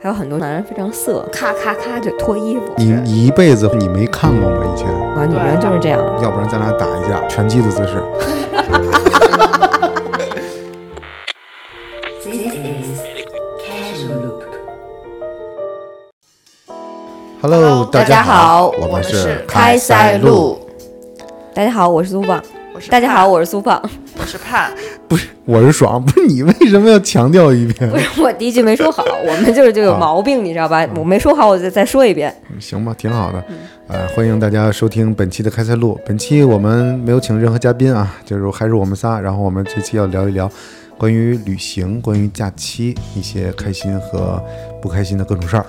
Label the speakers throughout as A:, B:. A: 还有很多男人非常色，咔咔咔就脱衣服。
B: 你你一辈子你没看过吗？以前，
A: 啊，女人就是这样。
B: 要不然咱俩打一架，拳击的姿势。Hello，
C: 大
B: 家
C: 好，
B: 我
C: 们
B: 是
C: 开
B: 塞
C: 露，，
A: 大家好，我是苏胖。
C: 我是
A: 大家好，
C: 盼，
A: 我是苏胖。
C: 我是盼，
B: 我是爽，不是你为什么要强调一 遍
A: 不？ 是我第一句没说 好，我们就是就有
B: 啊
A: 毛病，你知道吧？我没说好，我再再说一遍。
B: 行吧，挺好的。呃，欢迎大家收听本期的开塞露。本期我们没有请任何嘉宾啊，就是还是我们仨。然后我们这期要聊一聊关于旅行、关于假期一些开心和不开心的各种事儿。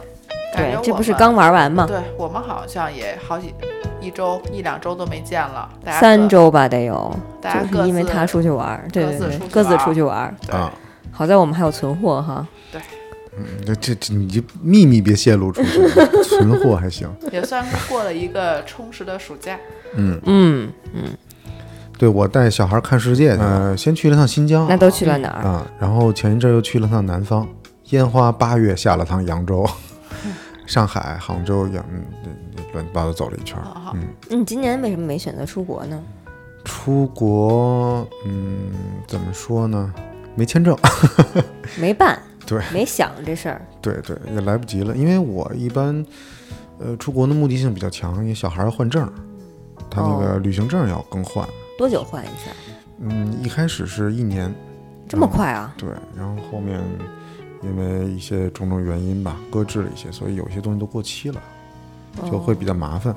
C: 感
A: 对
C: 觉，
A: 这
C: 我
A: 不是
C: 们
A: 刚玩完吗？
C: 对我们好像也好几一周一两周都没见了，大家
A: 三
C: 各
A: 周吧，得有，
C: 大家
A: 就是因为
C: 各自
A: 他出去玩儿，对对
C: 各自
A: 对
C: 出，去
A: 各自
C: 玩儿
A: 出去玩儿。
C: 对
B: 啊，
A: 好在我们还有存货哈，
B: 这这这你这秘密别泄露出去，存货还行。
C: 也算是过了一个充实的暑假。
A: 嗯，
B: 对我带小孩看世界去了，呃，先去了趟新疆
A: 那都去了哪儿？
B: 啊，然后前一阵儿又去了趟南方，烟花八月下了趟扬州、上海、杭州，也嗯乱七八糟走了一圈儿。
C: 啊
A: 你嗯今年为什么没选择出国呢？
B: 出国，嗯，怎么说呢？没签证，
A: 没办，
B: 对，
A: 没想这事儿。
B: 对对，也来不及了。因为我一般，呃，出国的目的性比较强，因为小孩儿要换证儿，他那个旅行证儿要更换。
A: 多久换一次？
B: 嗯，一开始是一年，
A: 这
B: 嗯
A: 么快啊？
B: 对，然后后面因为一些种种原因吧，搁置了一些，所以有些东西都过期了，就
A: 哦
B: 会比较麻烦。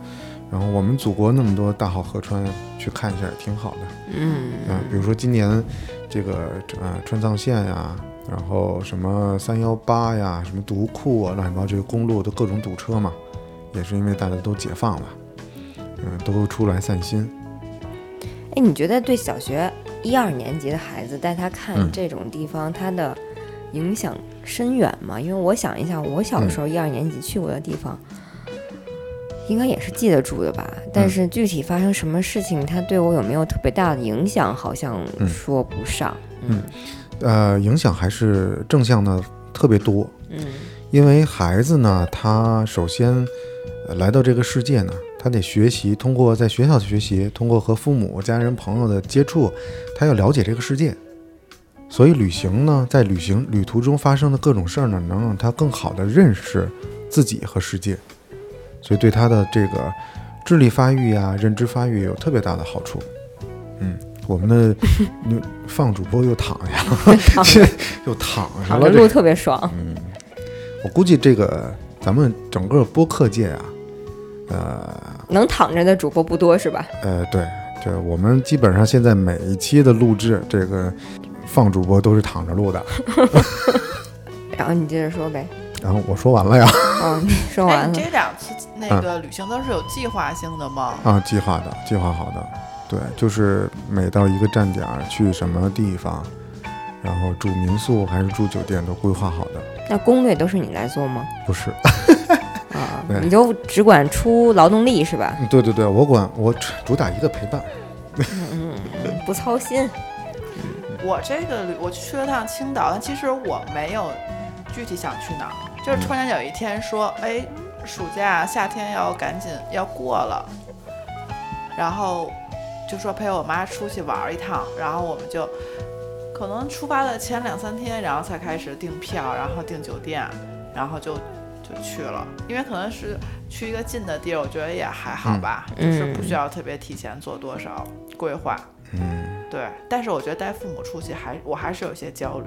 B: 然后我们祖国那么多大好河川，去看一下也挺好的。
A: 嗯，
B: 嗯，比如说今年这个呃川藏线呀，然后什么三幺八呀，什么独库啊，乱七八糟这个公路都各种堵车嘛，也是因为大家都解放了，嗯，都出来散心。
A: 哎，你觉得对小学一二年级的孩子带他看
B: 嗯
A: 这种地方，他的影响深远吗？因为我想一下，我小
B: 嗯
A: 的时候一二年级去过的地方，应该也是记得住的吧？但
B: 嗯
A: 是具体发生什么事情，他对我有没有特别大的影响，好像
B: 嗯
A: 说不上。
B: 嗯呃，影响还是正向的特别多，
A: 嗯
B: 因为孩子呢，他首先呃来到这个世界呢，他得学习，通过在学校学习，通过和父母、家人、朋友的接触，他要了解这个世界。所以旅行呢，在旅行旅途中发生的各种事儿呢，能让他更好的认识自己和世界，所以对他的这个智力发育呀、认知发育有特别大的好处。嗯，我们的 你放主播又躺下了，这 又躺下
A: 躺
B: 了
A: 着
B: 这嗯
A: 录特别爽。
B: 我估计这个咱们整个播客界啊，呃
A: 能躺着的主播不多是吧？
B: 呃，对，这我们基本上现在每一期的录制，这个放主播都是躺着录的。
A: 然后你接着说呗。
B: 然后我说完了呀，
A: 嗯，你说
C: 哎，
A: 完
C: 你
A: 了。
C: 这两次那个旅行都是有计划性的吗？
B: 啊，计划的，计划好的，对，就是每到一个站点儿去什么地方，然后住民宿还是住酒店都规划好的，
A: 那攻略都是你来做吗？
B: 不是。
A: 啊，
B: 对
A: 你就只管出劳动力是吧？
B: 对对对，我管我主打一个陪伴。
A: 不操心。
C: 我这个旅我去了趟青岛，但其实我没有具体想去哪儿，就是突然有一天说，哎，暑假夏天要赶紧要过了，然后就说陪我妈出去玩儿一趟，然后我们就可能出发的前两三天，然后才开始订票，然后订酒店，然后就。就去了，因为可能是去一个近的地儿，我觉得也还好吧，就是不需要特别提前做多少规划。
B: 嗯，
C: 对，但是我觉得带父母出去还我还是有些焦虑，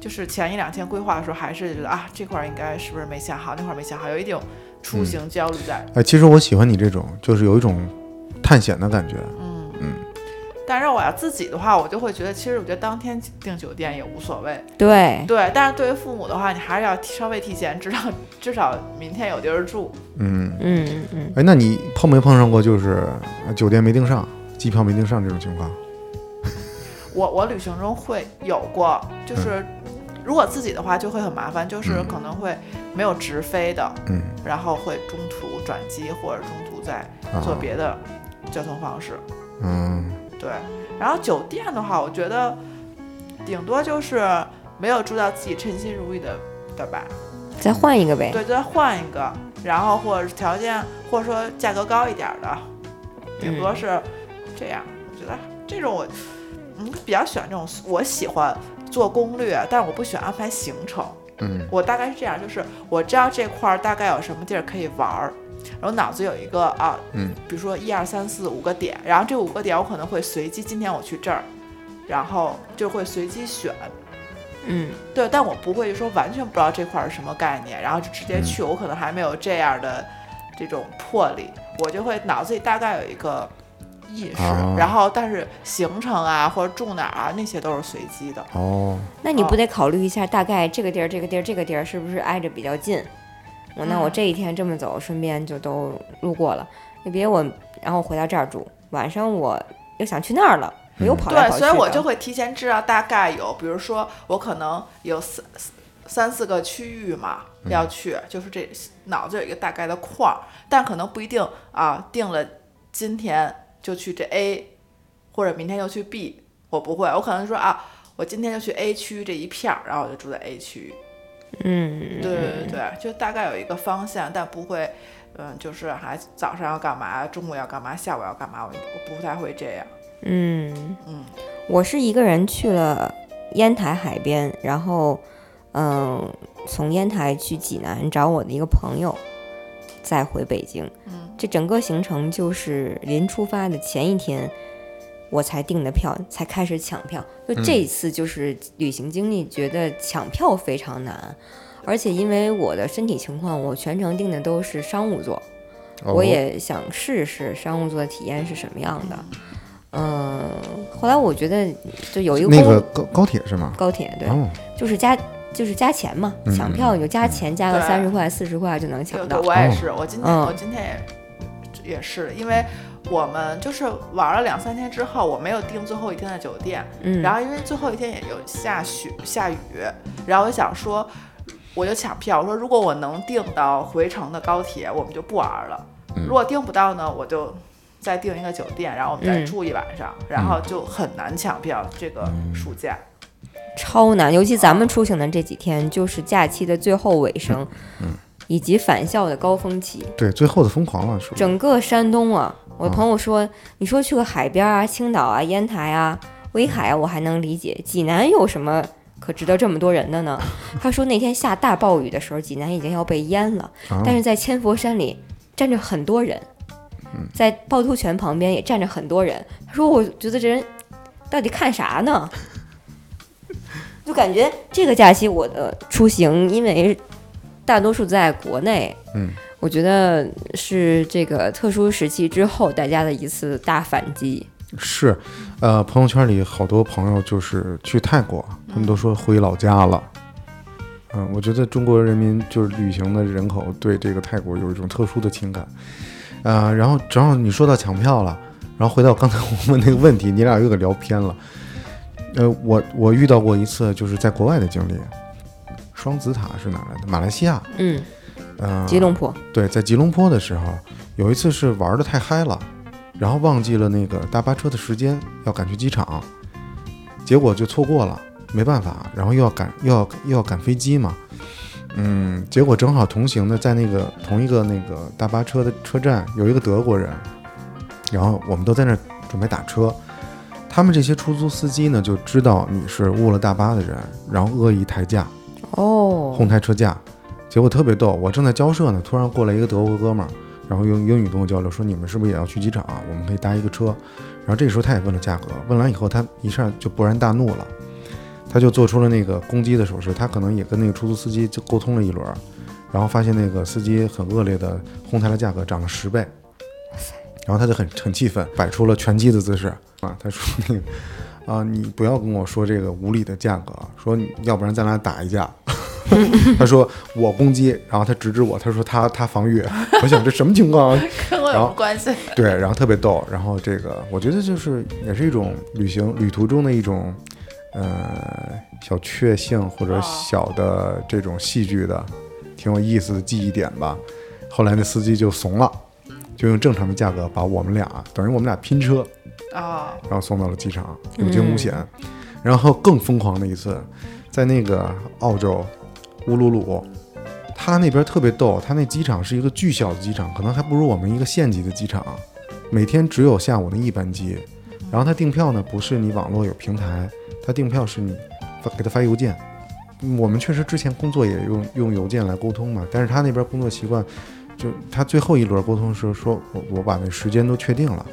C: 就是前一两天规划的时候，还是觉得啊这块儿应该是不是没想好，那块儿没想好，有一种出行焦虑在。
B: 哎，其实我喜欢你这种，就是有一种探险的感觉。
C: 但是让我要自己的话，我就会觉得，其实我觉得当天订酒店也无所
B: 哎
C: 谓。
A: 对，
C: 对，但是对于父母的话，你还是要提稍微提前，知道至少明天有地儿住。
B: 嗯。
A: 嗯嗯，
B: 哎，那你碰没碰上过就是呃酒店没订上、机票没订上这种情况？
C: 我我旅行中会有过，就是如果自己的话就会很麻烦，就是
B: 嗯
C: 可能会没有直飞的，
B: 嗯，
C: 然后会中途转机或者中途再
B: 啊，
C: 坐别的交通方式。
B: 嗯，
C: 对，然后酒店的话，我觉得顶多就是没有住到自己称心如意的的吧。
A: 再换一个呗。
C: 对，就再换一个，然后或者是条件，或者说价格高一点儿的，
A: 嗯
C: 顶多是这样。我觉得这种我，嗯，比较喜欢这种，我喜欢做攻略，但是我不喜欢安排行程。
B: 嗯
C: 我大概是这样，就是我知道这块儿大概有什么地儿可以玩儿，然后脑子有一个啊，
B: 嗯，
C: 比如说一二三四五个点，然后这五个点我可能会随机，今天我去这儿，然后就会随机选。
A: 嗯，
C: 对，但我不会说完全不知道这块儿是什么概念，然后就直接去，我可能还没有这样的这种魄力，我就会脑子里大概有一个意识，
B: 啊
C: 然后但是行程啊或者住哪儿啊那些都是随机的。
B: 哦，
A: 那你
C: 哦
A: 不得考虑一下，大概这个地儿、这个地儿、这个地儿是不是挨着比较近？我那我
C: 嗯
A: 这一天这么走，顺便就都路过了。你别我，然后回到这儿住，晚上我又想去那儿了，我又
B: 嗯
A: 跑来
C: 对
A: 跑，去
C: 所以我
A: 的
C: 就会提前知道大概有，比如说我可能有三四三四个区域嘛
A: 嗯
C: 要去，就是这脑子有一个大概的框儿，但可能不一定啊，定了今天就去这 A，或者明天就去 B，我不会，我可能说啊，我今天就去 A 区这一片儿，然后我就住在 A 区，
A: 嗯，
C: 对对对对，就大概有一个方向，但不会。嗯，就是还早上要干嘛，中午要干嘛，下午要干嘛，我我不太会这样。
A: 嗯
C: 嗯，
A: 我是一个人去了烟台海边，然后嗯、从烟台去济南找我的一个朋友，再回北京。
C: 嗯
A: 这整个行程就是临出发的前一天，我才订的票，才开始抢票。就这一次，就是旅行经历，觉得抢票非常难，而且因为我的身体情况，我全程订的都是商务座，
B: 哦
A: 我也想试试商务座的体验是什么样的。嗯，后来我觉得就有一个
B: 那
A: 公
B: 个高高铁是吗？
A: 高铁，对，
B: 哦，
A: 就是加就是加钱嘛，
B: 嗯
A: 抢票你就加钱，加个
C: 对
A: 三十块、四十块就能
C: 对
A: 抢
C: 对，
A: 到。
C: 我也
B: 哦
C: 是，我今天、
A: 嗯
C: 我今天也也是，因为我们就是玩了两三天之后，我没有订最后一天的酒店，
A: 嗯，
C: 然后因为最后一天也有下雪下雨，然后我想说。我就抢票，我说如果我能订到回程的高铁，我们就不玩了。
B: 嗯
C: 如果订不到呢，我就再订一个酒店，然后我们再
A: 嗯
C: 住一晚上，然
B: 嗯
C: 后就很难抢票。这个暑假，
A: 超难，尤其咱们出行的这几天，就是假期的最后尾声，
B: 嗯
A: 以及返校的高峰期，
B: 对，最后的疯狂了是吧？
A: 整个山东啊，我
B: 啊
A: 朋友说，你说去个海边啊，青岛啊、烟台啊、威海啊，我还能理解，济南有什么？可值得这么多人的呢？ 他说那天下大暴雨的时候，济南已经要被淹了，
B: 啊
A: 但是在千佛山里站着很多人，在趵突泉旁边也站着很多人。他说：“我觉得这人到底看啥呢？” 就感觉这个假期我的出行，因为大多数在国内，
B: 嗯，
A: 我觉得是这个特殊时期之后大家的一次大反击。
B: 是，呃，朋友圈里好多朋友就是去泰国，啊他们都说回老家了。嗯，我觉得中国人民就是旅行的人口对这个泰国有一种特殊的情感。呃，然后正好你说到抢票了，然后回到刚才我问那个问题，你俩又给聊偏了。呃，我我遇到过一次就是在国外的经历，双子塔是哪儿来的？马来西亚。
A: 嗯，
B: 嗯、
A: 吉隆坡，
B: 对，在吉隆坡的时候，有一次是玩的太嗨了，然后忘记了那个大巴车的时间，要赶去机场，结果就错过了，没办法，然后又要赶又要又要赶飞机嘛，嗯，结果正好同行的在那个同一个那个大巴车的车站有一个德国人，然后我们都在那儿准备打车。他们这些出租司机呢，就知道你是误了大巴的人，然后恶意抬价，
A: 哦，
B: 哄抬车价，结果特别逗。我正在交涉呢，突然过来一个德国哥们儿，然后用英语跟我交流，说你们是不是也要去机场？啊我们可以搭一个车。然后这时候他也问了价格，问完以后他一下就勃然大怒了，他就做出了那个攻击的手势。他可能也跟那个出租司机就沟通了一轮儿，然后发现那个司机很恶劣的哄抬了价格，涨了十倍。然后他就很很气愤，摆出了拳击的姿势啊！他说：“那个啊，你不要跟我说这个无理的价格，说你要不然咱俩打一架。”他说我攻击，然后他指指我，他说他他防御，我想这什么情况啊？
C: 跟我
B: 然
C: 有什
B: 后
C: 么关系？
B: 对，然后特别逗，然后这个我觉得就是也是一种旅行旅途中的一种，呃，小确幸或者
C: 哦
B: 小的这种戏剧的，挺有意思的记忆点吧。后来那司机就怂了，就用正常的价格把我们俩等于我们俩拼车，
C: 哦，
B: 然后送到了机场，有惊无险。然后更疯狂的一次，在那个澳洲乌鲁鲁，他那边特别逗，他那机场是一个巨小的机场，可能还不如我们一个县级的机场，每天只有下午那一班机。然后他订票呢，不是你网络有平台，他订票是你发给他发邮件。我们确实之前工作也用用邮件来沟通嘛，但是他那边工作习惯，就他最后一轮沟通的时候说，我我把那时间都确定了，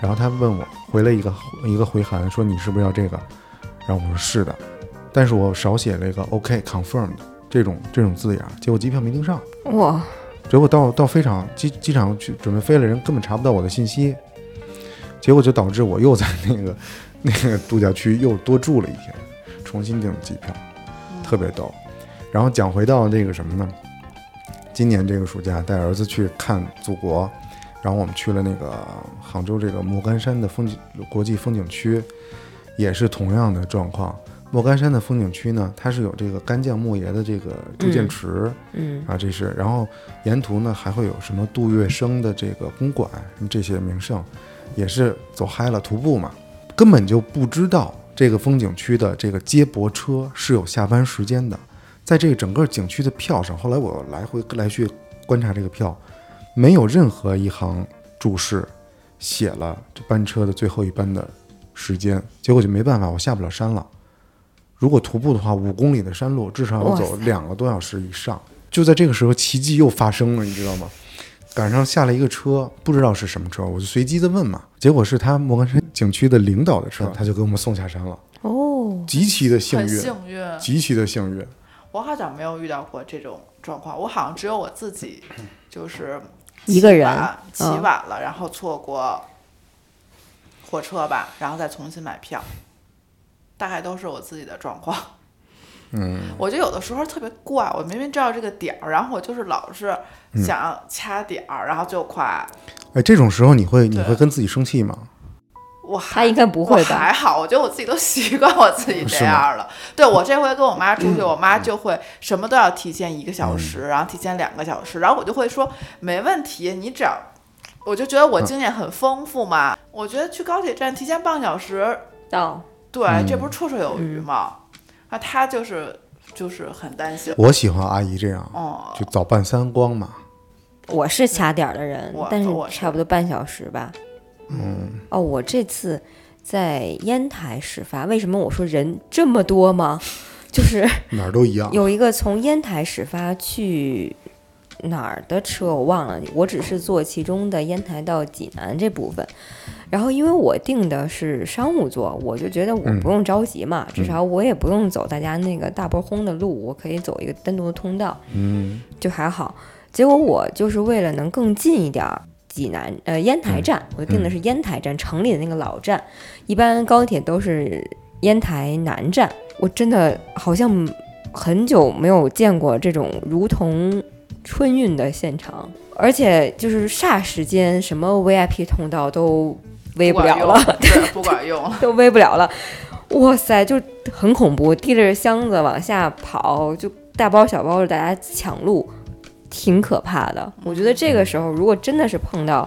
B: 然后他问我回了一个一个回函说你是不是要这个，然后我说是的，但是我少写了一个 OK confirmed 这种这种字眼儿，结果机票没订上，
A: 哇，
B: 结果到到飞场机机场去准备飞了，人根本查不到我的信息，结果就导致我又在那个 那个度假区又多住了一天，重新订的机票，特别逗。然后讲回到这个什么呢？今年这个暑假带儿子去看祖国，然后我们去了那个杭州这个莫干山的风景国际风景区，也是同样的状况。莫干山的风景区呢，它是有这个干将莫邪的这个铸剑池。
A: 嗯
B: 啊，这是，然后沿途呢还会有什么杜月笙的这个公馆，什么这些名胜，也是走嗨了徒步嘛，根本就不知道这个风景区的这个接驳车是有下班时间的，在这个整个景区的票上，后来我来回来去观察这个票，没有任何一行注释写了这班车的最后一班的时间，结果就没办法，我下不了山了。如果徒步的话，五公里的山路至少要
A: 哇
B: 走两个多小时以上。就在这个时候，奇迹又发生了，你知道吗？赶上下了一个车，不知道是什么车，我就随机的问嘛，结果是他莫干山景区的领导的车，他就给我们送下山了，
A: 哦，
B: 极其的幸
C: 很
B: 运，
C: 幸运，
B: 极其的幸运。
C: 我好像没有遇到过这种状况，我好像只有我自己，就是
A: 一个人
C: 起晚起
A: 嗯
C: 晚了，然后错过火车吧，然后再重新买票，大概都是我自己的状况。嗯，我就有的时候特别怪，我明明知道这个点儿，然后我就是老是想掐点儿，然后就快。
B: 哎，这种时候你会你
C: 对
B: 会跟自己生气吗？
C: 我
A: 他
C: 还
A: 应该不会
C: 我
A: 吧？
C: 还好，我觉得我自己都 习惯我自己
B: 是
C: 这
B: 吗嗯
C: 样了。对我这回跟我妈出去，我妈就会什么都要提前一个小时，然后提前两个小时，然后我就会说没问题，你只要，我就觉得我
B: 嗯
C: 经验很丰富嘛。我觉得去高铁站提前半个小时，
A: 到
C: 对，
B: 嗯
C: 这不是绰绰有余吗？啊，她就是就是很担心。
B: 我喜欢阿姨这样，
C: 哦，
B: 就早办三光嘛。
A: 我是卡点儿的人
C: 我，
A: 但是
C: 我是
A: 差不多半小时吧。嗯，哦，我这次在烟台始发，为什么我说人这么多吗？就是
B: 哪儿都一样。
A: 有一个从烟台始发去哪儿的车，我忘了，我只是坐其中的烟台到济南这部分。然后因为我订的是商务座，我就觉得
B: 嗯
A: 我不用着急嘛，至少我也不用走大家那个大波轰的路，我可以走一个单独的通道，
B: 嗯，
A: 就还好。结果我就是为了能更近一点儿。济南呃烟台站，
B: 嗯
A: 我订的是烟台站，城里的那个老站。一般高铁都是烟台南站，我真的好像很久没有见过这种如同春运的现场，而且就是霎时间，什么 VIP 通道都
C: 不
A: 微不
C: 管
A: 了
C: 用
A: 了，，
C: 对，不管用 了。
A: 都微不了了。哇塞，就很恐怖，提着箱子往下跑，就大包小包的大家抢路，挺可怕的。我觉得这个时候，如果真的是碰到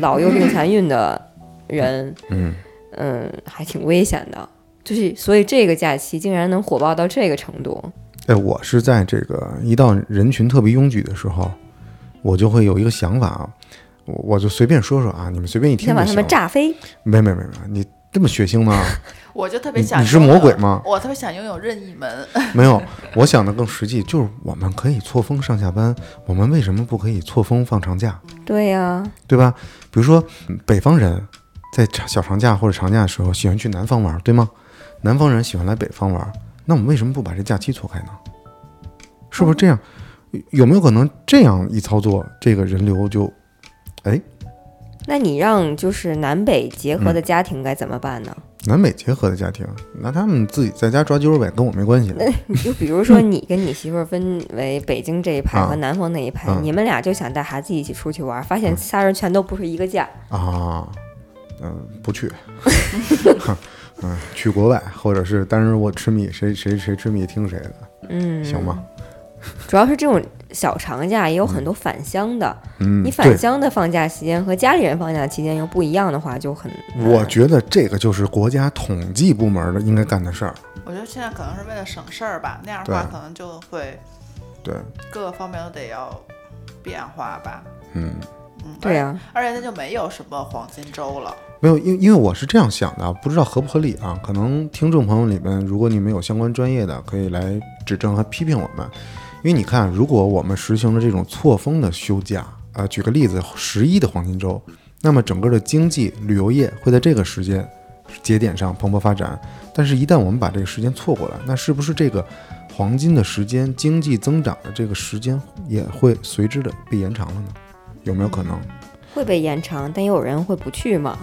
A: 老幼病残孕的人，
B: 嗯，
A: 嗯，还挺危险的。就是，所以这个假期竟然能火爆到这个程度，
B: 哎，我是在这个一到人群特别拥挤的时候，我就会有一个想法啊，我我就随便说说啊，你们随便一听
A: 想把
B: 就
A: 他
B: 行了
A: 们。炸飞。
B: 没没没没，你这么血腥吗？
C: 我就特别
B: 你
C: 想
B: 你是
C: 拥有
B: 魔鬼吗？
C: 我特别想拥有任意门，
B: 没有，我想的更实际，就是我们可以错峰上下班，我们为什么不可以错峰放长假，
A: 对呀、
B: 对吧？比如说嗯北方人在长小长假或者长假的时候喜欢去南方玩，对吗？南方人喜欢来北方玩，那我们为什么不把这假期错开呢？是不是这样？有没有可能这样一操作，这个人流就
A: 那你让就是南北结合的家庭该怎么办呢？
B: 南北结合的家庭，拿他们自己在家抓阄儿呗，跟我没关系。
A: 你就比如说你跟你媳妇儿分为北京这一派
B: 啊
A: 和南方那一派，
B: 啊嗯
A: 你们俩就想带孩子一起出去玩，发现仨人全都不是一个价，
B: 啊，嗯、不去， 嗯、去国外，或者是当时我痴迷，谁谁谁痴迷听谁的，
A: 嗯，
B: 行吗？
A: 主要是这种小长假也有很多返乡的，
B: 嗯，
A: 你
B: 对
A: 返乡的放假期间和家里人放假期间又不一样的话，就很难
B: 我觉得这个就是国家统计部门的应该干的事儿，
C: 我觉得现在可能是为了省事儿吧，那样的话
B: 对
C: 可能就会
B: 对，
C: 各个方面都得要变化吧。
B: 嗯，
C: 嗯，
A: 对啊呀、
C: 而且它就没有什么黄金周了。
B: 没有，因因为我是这样想的啊，不知道合不合理啊？可能听众朋友里面，如果你们有相关专业的，可以来指正和批评我们。因为你看，啊如果我们实行了这种错峰的休假，啊，举个例子，十一的黄金周，那么整个的经济旅游业会在这个时间节点上蓬勃发展。但是，一旦我们把这个时间错过了，那是不是这个黄金的时间，经济增长的这个时间也会随之的被延长了呢？有没有可能？
A: 会被延长，但也有人会不去嘛。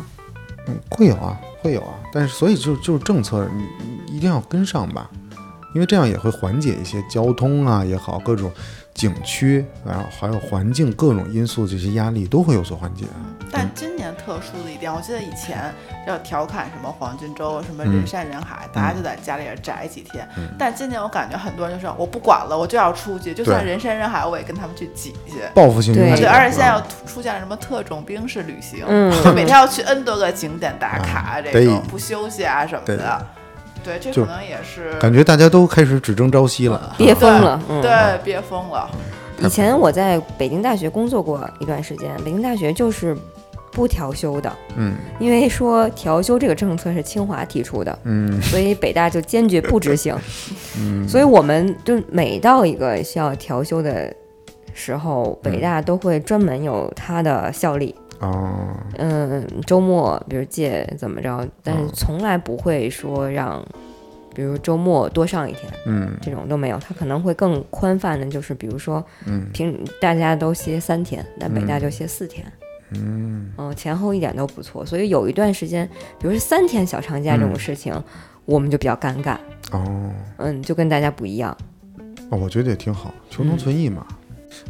B: 嗯，会有啊，会有啊，但是所以就就是政策，你你一定要跟上吧，因为这样也会缓解一些交通啊也好，各种景区啊，还有环境各种因素这些压力都会有所缓解。
C: 但今年特殊的一点，我记得以前要调侃什么黄金周，什
B: 嗯
C: 么人山人海，大家就在家里边宅几天。但今年我感觉很多人就是我不管了，我就要出去，就算人山人海，我也跟他们去挤去。
B: 报复性
A: 对
B: 拥挤
C: 对，
B: 啊，
C: 而且现在要突出现什么特种兵式旅行，
A: 嗯
C: 就每天要去 N 多个景点
B: 啊
C: 打卡，啊这种
B: 对
C: 不休息啊什么的。对，这
B: 就
C: 可能也是
B: 感觉大家都开始只争朝夕 了。啊
A: 憋疯了，嗯，
C: 对憋疯了。
B: 嗯
A: 以前我在北京大学工作过一段时间，北京大学就是不调休的，
B: 嗯
A: 因为说调休这个政策是清华提出的，
B: 嗯
A: 所以北大就坚决不执行。所以我们就每到一个需要调休的时候，北大都会专门有它的校例，
B: 哦，
A: 嗯，周末比如借怎么着，但
B: 嗯
A: 是从来不会说让，比如周末多上一天。
B: 嗯
A: 这种都没有，它可能会更宽泛的，就是比如说
B: 嗯
A: 平大家都歇三天，但北大就歇四天，
B: 嗯
A: 嗯、前后一点都不错。所以有一段时间，比如说三天小长假这种事情，我们就比较尴尬，
B: 嗯哦，
A: 嗯，就跟大家不一样。
B: 哦我觉得也挺好，求同存异嘛。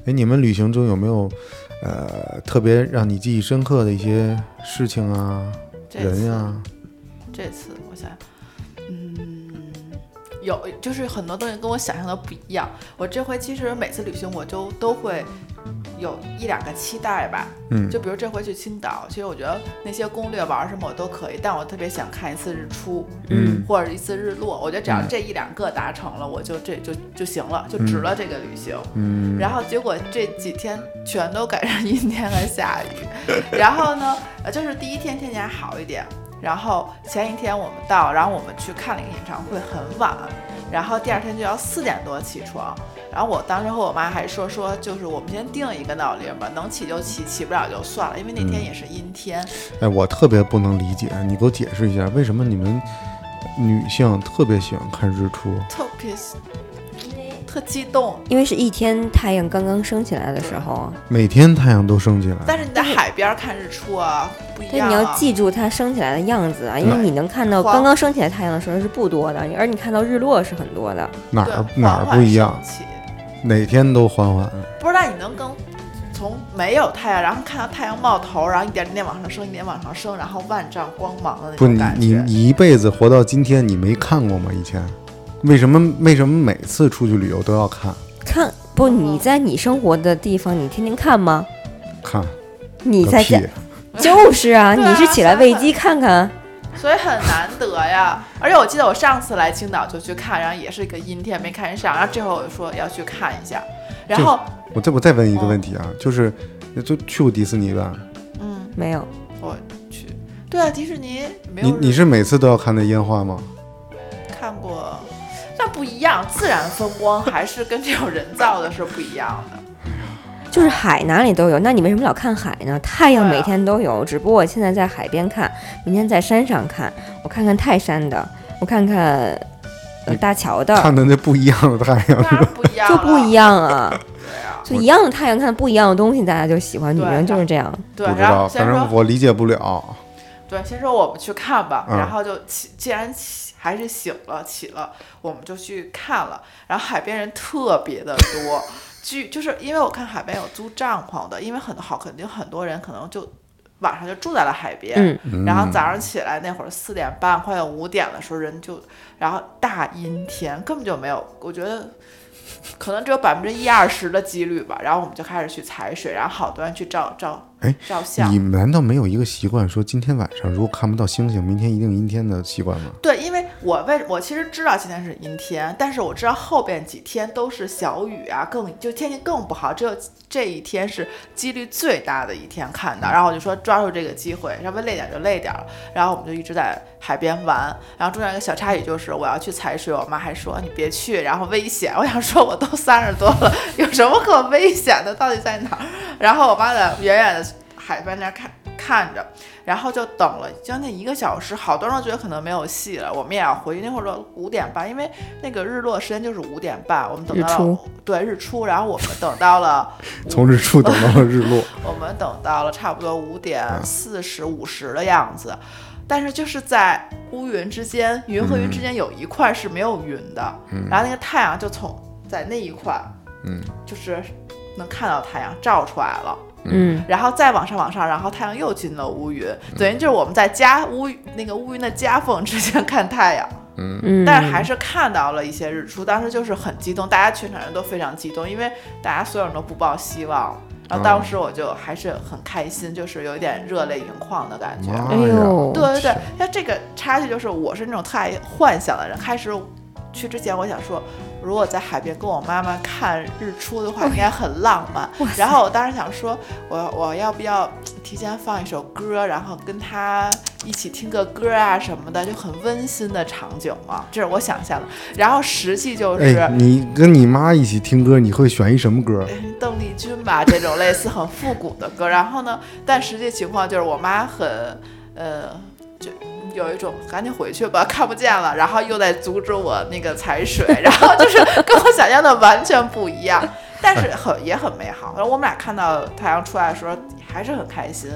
B: 哎、你们旅行中有没有呃特别让你记忆深刻的一些事情啊、
C: 这
B: 人
C: 次
B: 呀、
C: 这次我想，嗯，有就是很多东西跟我想象的不一样。我这回其实每次旅行我就都会有一两个期待吧。
B: 嗯
C: 就比如这回去青岛，其实我觉得那些攻略玩什么我都可以，但我特别想看一次日出，
B: 嗯，
C: 或者一次日落。我觉得只要
B: 嗯
C: 这一两个达成了，我就这就就行了，就值了这个旅行。
B: 嗯
C: 然后结果这几天全都赶上阴天和下雨，然后呢，呃，就是第一天天气还好一点，然后前一天我们到，然后我们去看了一个演唱会，很晚，然后第二天就要四点多起床，然后我当时和我妈还说说，就是我们先定一个闹铃吧，能起就起，起不了就算了，因为那
B: 嗯
C: 天也是阴天，
B: 哎，我特别不能理解，你给我解释一下，为什么你们女性特别喜欢看日出？
C: 特别特激动，
A: 因为是一天太阳刚刚升起来的时候啊，
B: 每天太阳都升起来，
C: 但是你在海边看日出啊，不一
A: 但
C: 样、啊。
A: 你要记住它升起来的样子啊，因为
C: 对
A: 你能看到
C: 黄
A: 刚刚升起来太阳的时候是不多的，而你看到日落是很多的。
B: 哪
C: 对
B: 儿哪儿
C: 缓缓
B: 不一样
C: 升？起
B: 哪天都缓缓。
C: 不知道你能跟从没有太阳，然后看到太阳冒头，然后一点点往上升，一点往上升，然后万丈光芒的那
B: 不，
C: 种
B: 你
C: 感
B: 你
C: 觉。
B: 你一辈子活到今天，你没看过吗？以前，为什么为什么每次出去旅游都要看
A: 看不？
C: 嗯
A: 你在你生活的地方，你天天看吗？
B: 看？
A: 你
B: 个
A: 在家
B: 屁！
A: 就是啊，
C: 对
A: 你
C: 啊
A: 是起来喂鸡看啊看，
C: 所以很难得呀。而且我记得我上次来青岛就去看，然后也是一个阴天没看上，然后这回我就说要去看一下，然后
B: 我再我再问一个问题啊，就是就去过迪士尼吧？
C: 嗯
A: 没有，
C: 我去，对啊，迪士尼没
B: 你
C: 有
B: 你是每次都要看那烟花吗？
C: 看过。那不一样，自然风光还是跟这种人造的是不一样的。
A: 就是海哪里都有。那你为什么老看海呢？太阳
C: 对啊
A: 每天都有，只不过我现在在海边看，明天在山上看，我看看泰山的，我看看呃
B: 你
A: 大桥
C: 嗯
A: 的，
B: 看的那不一样的 太阳。
C: 当然不一样，
A: 就不一
C: 样。
A: 样啊。
C: 对啊，
A: 就一样的太阳看不一样的东西，大家就喜欢。女
C: 对
A: 人就是这样，
C: 对。啊
B: 不知
C: 然后
B: 道，
C: 先
B: 反
C: 说
B: 正我理解不了。
C: 对，先说我们去看吧，
B: 嗯
C: 然后就起，既然起还是醒了，起了，我们就去看了。然后海边人特别的多，据就是因为我看海边有租帐篷的，因为很好，肯定很多人可能就晚上就住在了海边，
A: 嗯
C: 然后早上起来那会儿四点半快要五点的时候人就，然后大阴天根本就没有，我觉得。可能只有百分之一二十的几率吧，然后我们就开始去踩水，然后好多人去照照
B: 哎
C: 照相。
B: 你们难道没有一个习惯，说今天晚上如果看不到星星，明天一定阴天的习惯吗？
C: 对，因为我为我其实知道今天是阴天，但是我知道后边几天都是小雨啊，更就天气更不好，只有这一天是几率最大的一天看到。然后我就说抓住这个机会，稍微累点就累点了。然后我们就一直在海边玩。然后中间有一个小插曲就是我要去踩水，我妈还说你别去，然后危险。我想说我都三十多了，有什么可危险的？到底在哪儿？然后我妈在远远的海边那儿看看着。然后就等了将近一个小时，好多人都觉得可能没有戏了，我们也要回去。那会儿五点半，因为那个日落时间就是五点半，我们等到了
A: 日出
C: 对日出，然后我们等到了
B: 从日出等到了日 落，
C: 我们等到了差不多五点四十五十的样子，但是就是在乌云之间，云和云之间有一块是没有云的，
A: 嗯
C: 然后那个太阳就从在那一块
B: 嗯，
C: 就是能看到太阳照出来了。
A: 嗯，
C: 然后再往上往上，然后太阳又进了乌云，等于就是我们在夹乌那个乌云的夹缝之间看太阳，
A: 嗯，
C: 但是还是看到了一些日出。当时就是很激动，大家全场人都非常激动，因为大家所有人都不抱希望。然后当时我就还是很开心，就是有点热泪盈眶的感觉。
B: 妈
A: 哎呦，
C: 对对对，像这个插曲就是，我是那种太爱幻想的人。开始去之前，我想说，如果在海边跟我妈妈看日出的话，应该很浪漫。 然后我当时想说，我我要不要提前放一首歌，然后跟她一起听个歌啊什么的，就很温馨的场景嘛，这是我想象的。然后实际就是。
B: 哎，你跟你妈一起听歌，你会选一什么歌？
C: 邓丽君吧这种类似很复古的歌。然后呢，但实际情况就是我妈很，呃，就有一种赶紧回去吧，看不见了，然后又在阻止我那个踩水，然后就是跟我想象的完全不一样，但是很也很美好。然后我们俩看到太阳出来的时候还是很开心，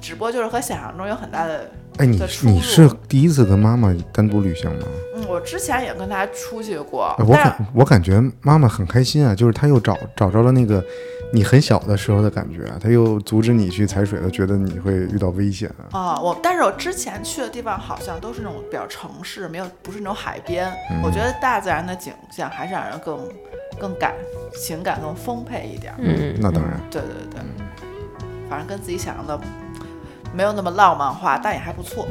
C: 只不过就是和想象中有很大的。
B: 哎，你
C: 的出入
B: 你是第一次跟妈妈单独旅行吗？
C: 嗯，我之前也跟她出去过
B: 哎，我
C: 但
B: 感我感觉妈妈很开心啊，就是她又找找着了那个你很小的时候的感觉啊，她又阻止你去踩水了，觉得你会遇到危险啊。
C: 啊、我但是我之前去的地方好像都是那种比较城市，没有不是那种海边。我觉得大自然的景象还是让人更更感情感更丰沛一点儿。
A: 嗯，
B: 那当然，
C: 对对对，反正跟自己想象的没有那么浪漫化，但也还不错。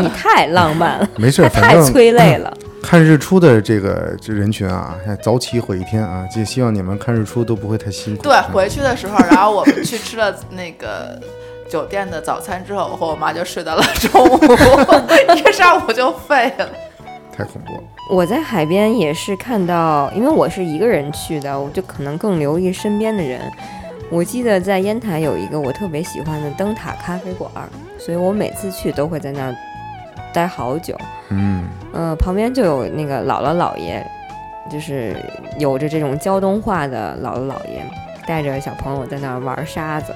A: 你太浪漫 了，
B: 没事
A: 还
B: 儿，反
A: 太
B: 正嗯
A: 催泪了。
B: 看日出的这个这人群啊，哎早起毁一天啊，就希望你们看日出都不会太辛苦。
C: 对，
B: 嗯
C: 回去的时候，然后我们去吃了那个酒店的早餐之后，我和我妈就睡到了中 午，一个上午就废了。
B: 太恐怖了。
A: 我在海边也是看到，因为我是一个人去的，我就可能更留意身边的人。我记得在烟台有一个我特别喜欢的灯塔咖啡馆儿，所以我每次去都会在那儿待好久。
B: 嗯，
A: 呃，旁边就有那个姥姥姥爷，就是有着这种胶东话的姥姥姥爷，带着小朋友在那儿玩沙子。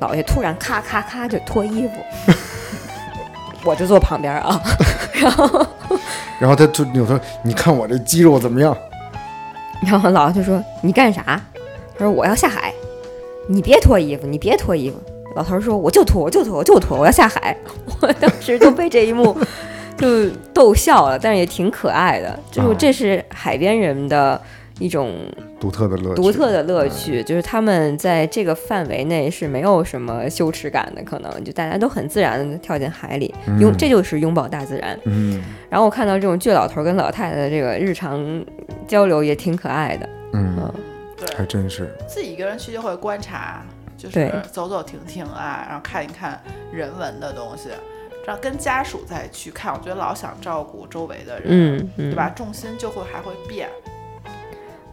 A: 姥爷突然咔咔咔就脱衣服， 我就坐旁边儿啊， 然后
B: 然后他就扭头，你看我这肌肉怎么样？
A: 然后姥姥就说：“你干啥？”他说：“我要下海。”你别脱衣服，你别脱衣服。老头儿说：“我就脱，我就脱，我就脱，我要下海。” 我当时就被这一幕就逗笑了，但是也挺可爱的。就是
B: 啊
A: 这是海边人的一种
B: 独特的乐趣，嗯
A: 独特的乐趣，就是他们在这个范围内是没有什么羞耻感的，可能就大家都很自然的跳进海里，拥、这就是拥抱大自然。
B: 嗯。
A: 然后我看到这种倔老头儿跟老太太的这个日常交流也挺可爱的。
B: 嗯
A: 嗯
B: 嗯，
C: 对，
B: 还真是。
C: 自己一个人去就会观察，就是
A: 对
C: 走走停停啊，然后看一看人文的东西，这样跟家属再去看，我觉得老想照顾周围的人，
A: 嗯嗯，
C: 对吧？？重心就会还会变。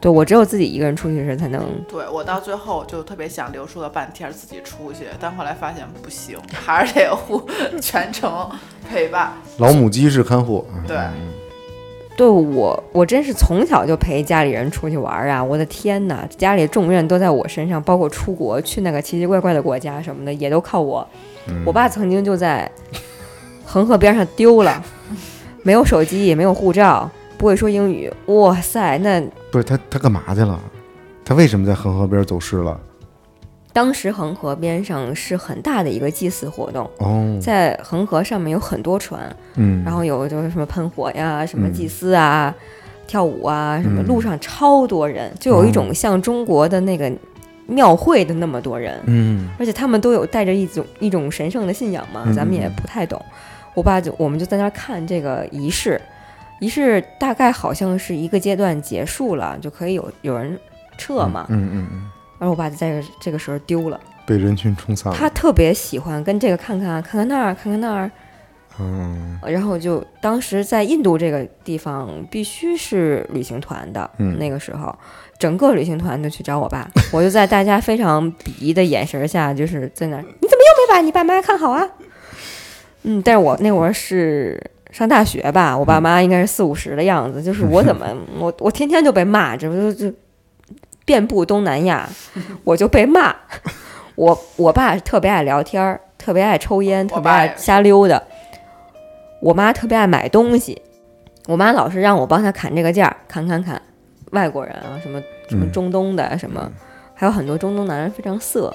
A: 对我只有自己一个人出去时才能，
C: 对我到最后就特别想留出了半天自己出去，但后来发现不行，还是得互 全程陪伴。
B: 老母鸡是看护，嗯
C: 对
A: 对我我真是从小就陪家里人出去玩儿啊！我的天哪，家里重任都在我身上，包括出国去那个奇奇怪怪的国家什么的，也都靠我。我爸曾经就在恒河边上丢了，没有手机，也没有护照，不会说英语。哇塞，那
B: 不是他他干嘛去了？他为什么在恒河边走失了？
A: 当时恒河边上是很大的一个祭祀活动，
B: 哦，
A: 在恒河上面有很多船，
B: 嗯，
A: 然后有就是什么喷火呀、什么
B: 嗯
A: 祭祀啊、跳舞啊，什么
B: 嗯哦
A: 路上超多人，就有一种像中国的那个庙会的那么多人，
B: 嗯
A: 而且他们都有带着一种一种神圣的信仰嘛，
B: 嗯
A: 咱们也
B: 嗯嗯
A: 不太懂。我爸就我们就在那儿看这个仪式，仪式大概好像是一个阶段结束了，就可以有有人撤嘛。
B: 嗯嗯嗯，
A: 然后我爸在这个这个时候丢了，
B: 被人群冲散
A: 他
B: 了。
A: 特别喜欢跟这个看看看看那儿看看那儿，
B: 嗯
A: 然后就当时在印度这个地方必须是旅行团的，
B: 嗯
A: 那个时候整个旅行团都去找我爸，我就在大家非常鄙夷的眼神下，就是在那儿，你怎么又没把你爸妈看好啊？嗯，但是我那会儿是上大学吧，我
C: 嗯
A: 爸妈应该是四五十的样子，就是我怎 么我我天天就被骂，这不就就遍布东南亚，我就被骂。我我爸特别爱聊天儿，特别爱抽烟，特
C: 我
A: 别
C: 爸也
A: 爱瞎溜达。我妈特别爱买东西，我妈老是让我帮她砍这个价儿，砍砍砍。外国人啊，什么什么
B: 嗯
A: 中东的啊什么，还有很多中东男人非常色，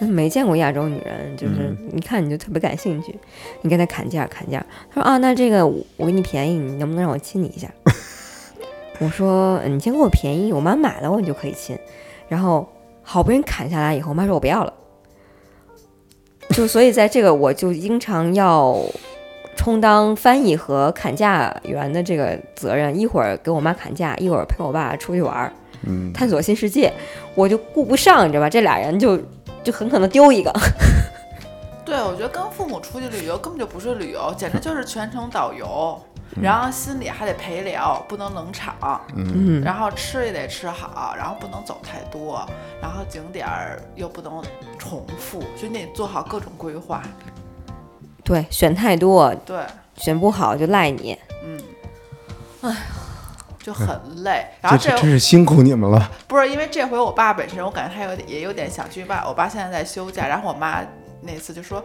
A: 没见过亚洲女人，就是你看你就特别感兴趣，你跟她砍价砍价。她说啊，那这个我我给你便宜，你能不能让我亲你一下？我说你先给我便宜，我妈买了我你就可以亲。然后好不容易砍下来以后，我妈说我不要了。就所以在这个我就经常要充当翻译和砍价员的这个责任，一会儿给我妈砍价，一会儿陪我爸出去玩儿，
B: 嗯，
A: 探索新世界，我就顾不上，你知道吧？这俩人就就很可能丢一个。
C: 对，我觉得跟父母出去旅游根本就不是旅游，
B: 嗯
C: 简直就是全程导游，然后心里还得陪聊，不能冷场，
A: 嗯，
C: 然后吃也得吃好，然后不能走太多，然后景点儿又不能重复，所以你得做好各种规划。
A: 对，选太多，
C: 对，
A: 选不好就赖你。
C: 就很累。
B: 这
C: 然后
B: 这
C: 这
B: 真是辛苦你们了。
C: 不是因为这回我爸本身，我感觉他有点也有点想去爸，我爸现在在休假，然后我妈那次就说。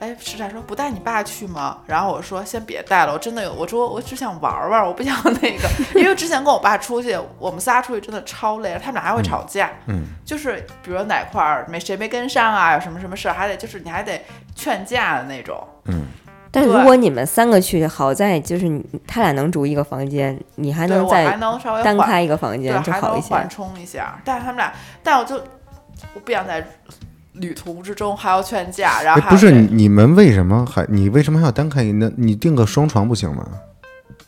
C: 哎，时产说不带你爸去吗？然后我说先别带了，我真的有，我说我只想玩玩，我不想那个， 因为之前跟我爸出去，我们仨出去真的超累，他们俩还会吵架，
B: 嗯，
C: 就是比如哪块儿没谁没跟上啊，有什么什么事儿，还得就是你还得劝架的那种，
A: 但如
C: 对
A: 果你们三个去，好在就是你他俩能住一个房间，你还
C: 对
A: 能
C: 我还
A: 再
C: 能稍微
A: 单
C: 缓
A: 开一个房
C: 对，
A: 间就
C: 还
A: 好
C: 能
A: 一些。
C: 缓冲一下。但是他们俩，但我就我不想在旅途之中还要劝架，然后
B: 哎，
C: 还
B: 不
C: 要
B: 是
C: 这
B: 你你们为什么还你为什么还要单开一？那你订个双床不行吗？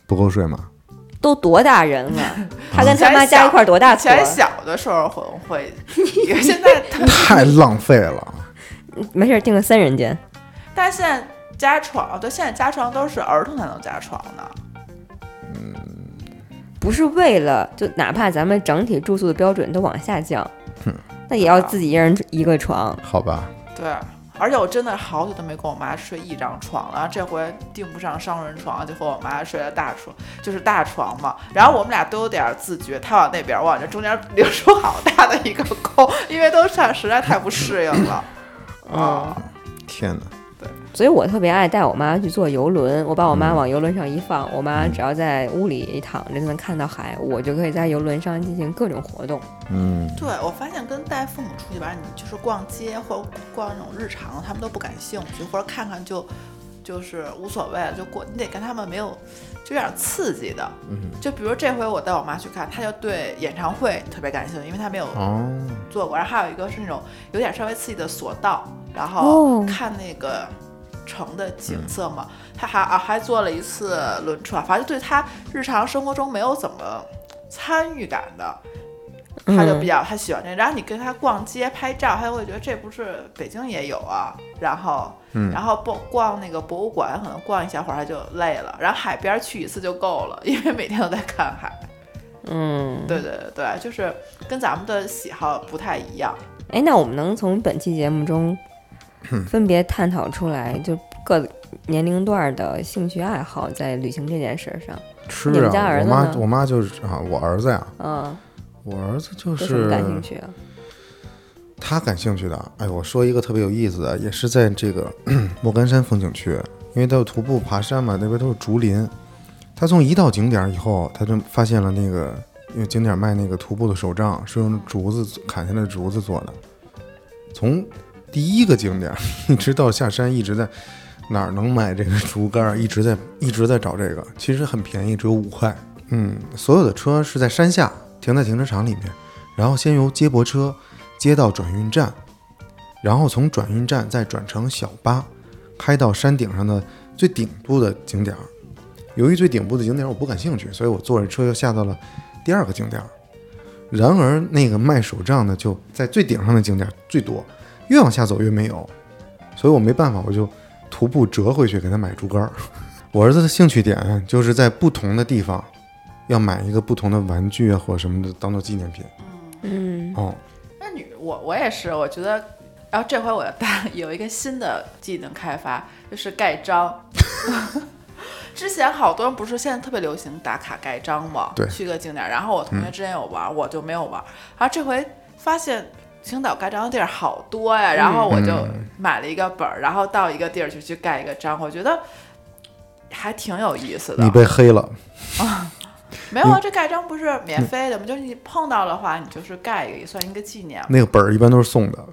B: 不够睡 吗？
A: 都多大人了，他跟
C: 以
A: 他
C: 前
A: 妈加一
C: 小
A: 块儿多大
C: 以
A: 错儿？啊
C: 前小的时候会会，现在他
B: 太浪费了。
A: 没事儿，订个三人间。
C: 但是现在加床，哦对，现在加床都是儿童才能加床呢。
A: 不是为了就哪怕咱们整体住宿的标准都往下降，那也要自己一人一个床。
B: 好吧，
C: 对，而且我真的好久都没跟我妈睡一张床了，然后这回订不上双人床，就和我妈睡了大床，就是大床嘛。然后我们俩都有点儿自觉，她往那边儿，我往这中间儿 留出好大的一个空，因为都上实在太不适应了。啊、
B: 天哪！
A: 所以我特别爱带我妈去坐游轮，我把我
B: 嗯
A: 妈往游轮上一放，我妈只要在屋里一躺着就能看到海，我就可以在游轮上进行各种活动。
B: 嗯，
C: 对我发现跟带父母出去玩，你就是逛街或者逛那种日常的，他们都不感兴趣，或者看看就就是无所谓了，就过。你得跟他们没有就有点刺激的，
B: 嗯，
C: 就比如这回我带我妈去看，她就对演唱会特别感兴趣，因为她没有
B: 哦，
C: 做过。然后还有一个是那种有点稍微刺激的索道，然
A: 哦
C: 后看那个城的景色嘛。她还啊还坐了一次轮船，反正对她日常生活中没有怎么参与感的，她就比较她喜欢这。然后你跟她逛街拍照，她会觉得这不是北京也有啊。然后，
B: 嗯
C: 然后逛逛那个博物馆，可能逛一小会儿她就累了。然后海边去一次就够了，因为每天都在看海。
A: 嗯，
C: 对对对对，就是跟咱们的喜好不太一样。
A: 哎，那我们能从本期节目中分别探讨出来，就各年龄段儿的兴趣爱好在旅行这件事儿上，
B: 吃
A: 你们家
B: 啊！
A: 儿
B: 我
A: 子
B: 妈
A: 呢
B: 我妈就是啊，我儿子呀，
A: 嗯，
B: 我儿子就
A: 有什么
B: 是
A: 感兴趣啊？
B: 他感兴趣的。哎，我说一个特别有意思的，也是在这个 莫干山风景区，因为他有徒步爬山嘛，那边都是竹林。他从一到景点儿以后，他就发现了那个，呃因为景点儿卖那个徒步的手杖是用竹子砍下来的竹子做的。从第一个景点儿一直到下山，一直在哪儿能买这个竹竿儿，一直在 一直在找这个，其实很便宜，只有五块。嗯，所有的车是在山下停在停车场里面，然后先由接驳车接到转运站，然后从转运站再转乘小巴，开到山顶上的最顶部的景点儿。由于最顶部的景点我不感兴趣，所以我坐着车又下到了第二个景点儿。然而，那个卖手杖的就在最顶上的景点最多，越往下走越没有，所以我没办法，我就徒步折回去给他买竹竿儿。我儿子的兴趣点就是在不同的地方要买一个不同的玩具啊或者什么的当做纪念品。
A: 嗯，
B: 哦，
C: 那你我我也是，我觉得，然后这回我大 有一个新的技能开发，就是盖章。 之前好多人不是现在特别流行打卡盖章嘛，
B: 对嗯
C: 去个景点儿。然后我同学之前有玩，我就没有玩。然后这回发现青岛盖章的地儿好多呀，然后我就
B: 嗯
C: 买了一个本儿，然后到一个地儿去去盖一个章，我觉得还挺有意思的。
B: 你被黑了，
C: 没有啊？这盖章不是免
B: 嗯
C: 费的吗？就是你碰到的话，你就是盖一个，也算一个纪念嘛。
B: 那个本儿一般都是送的。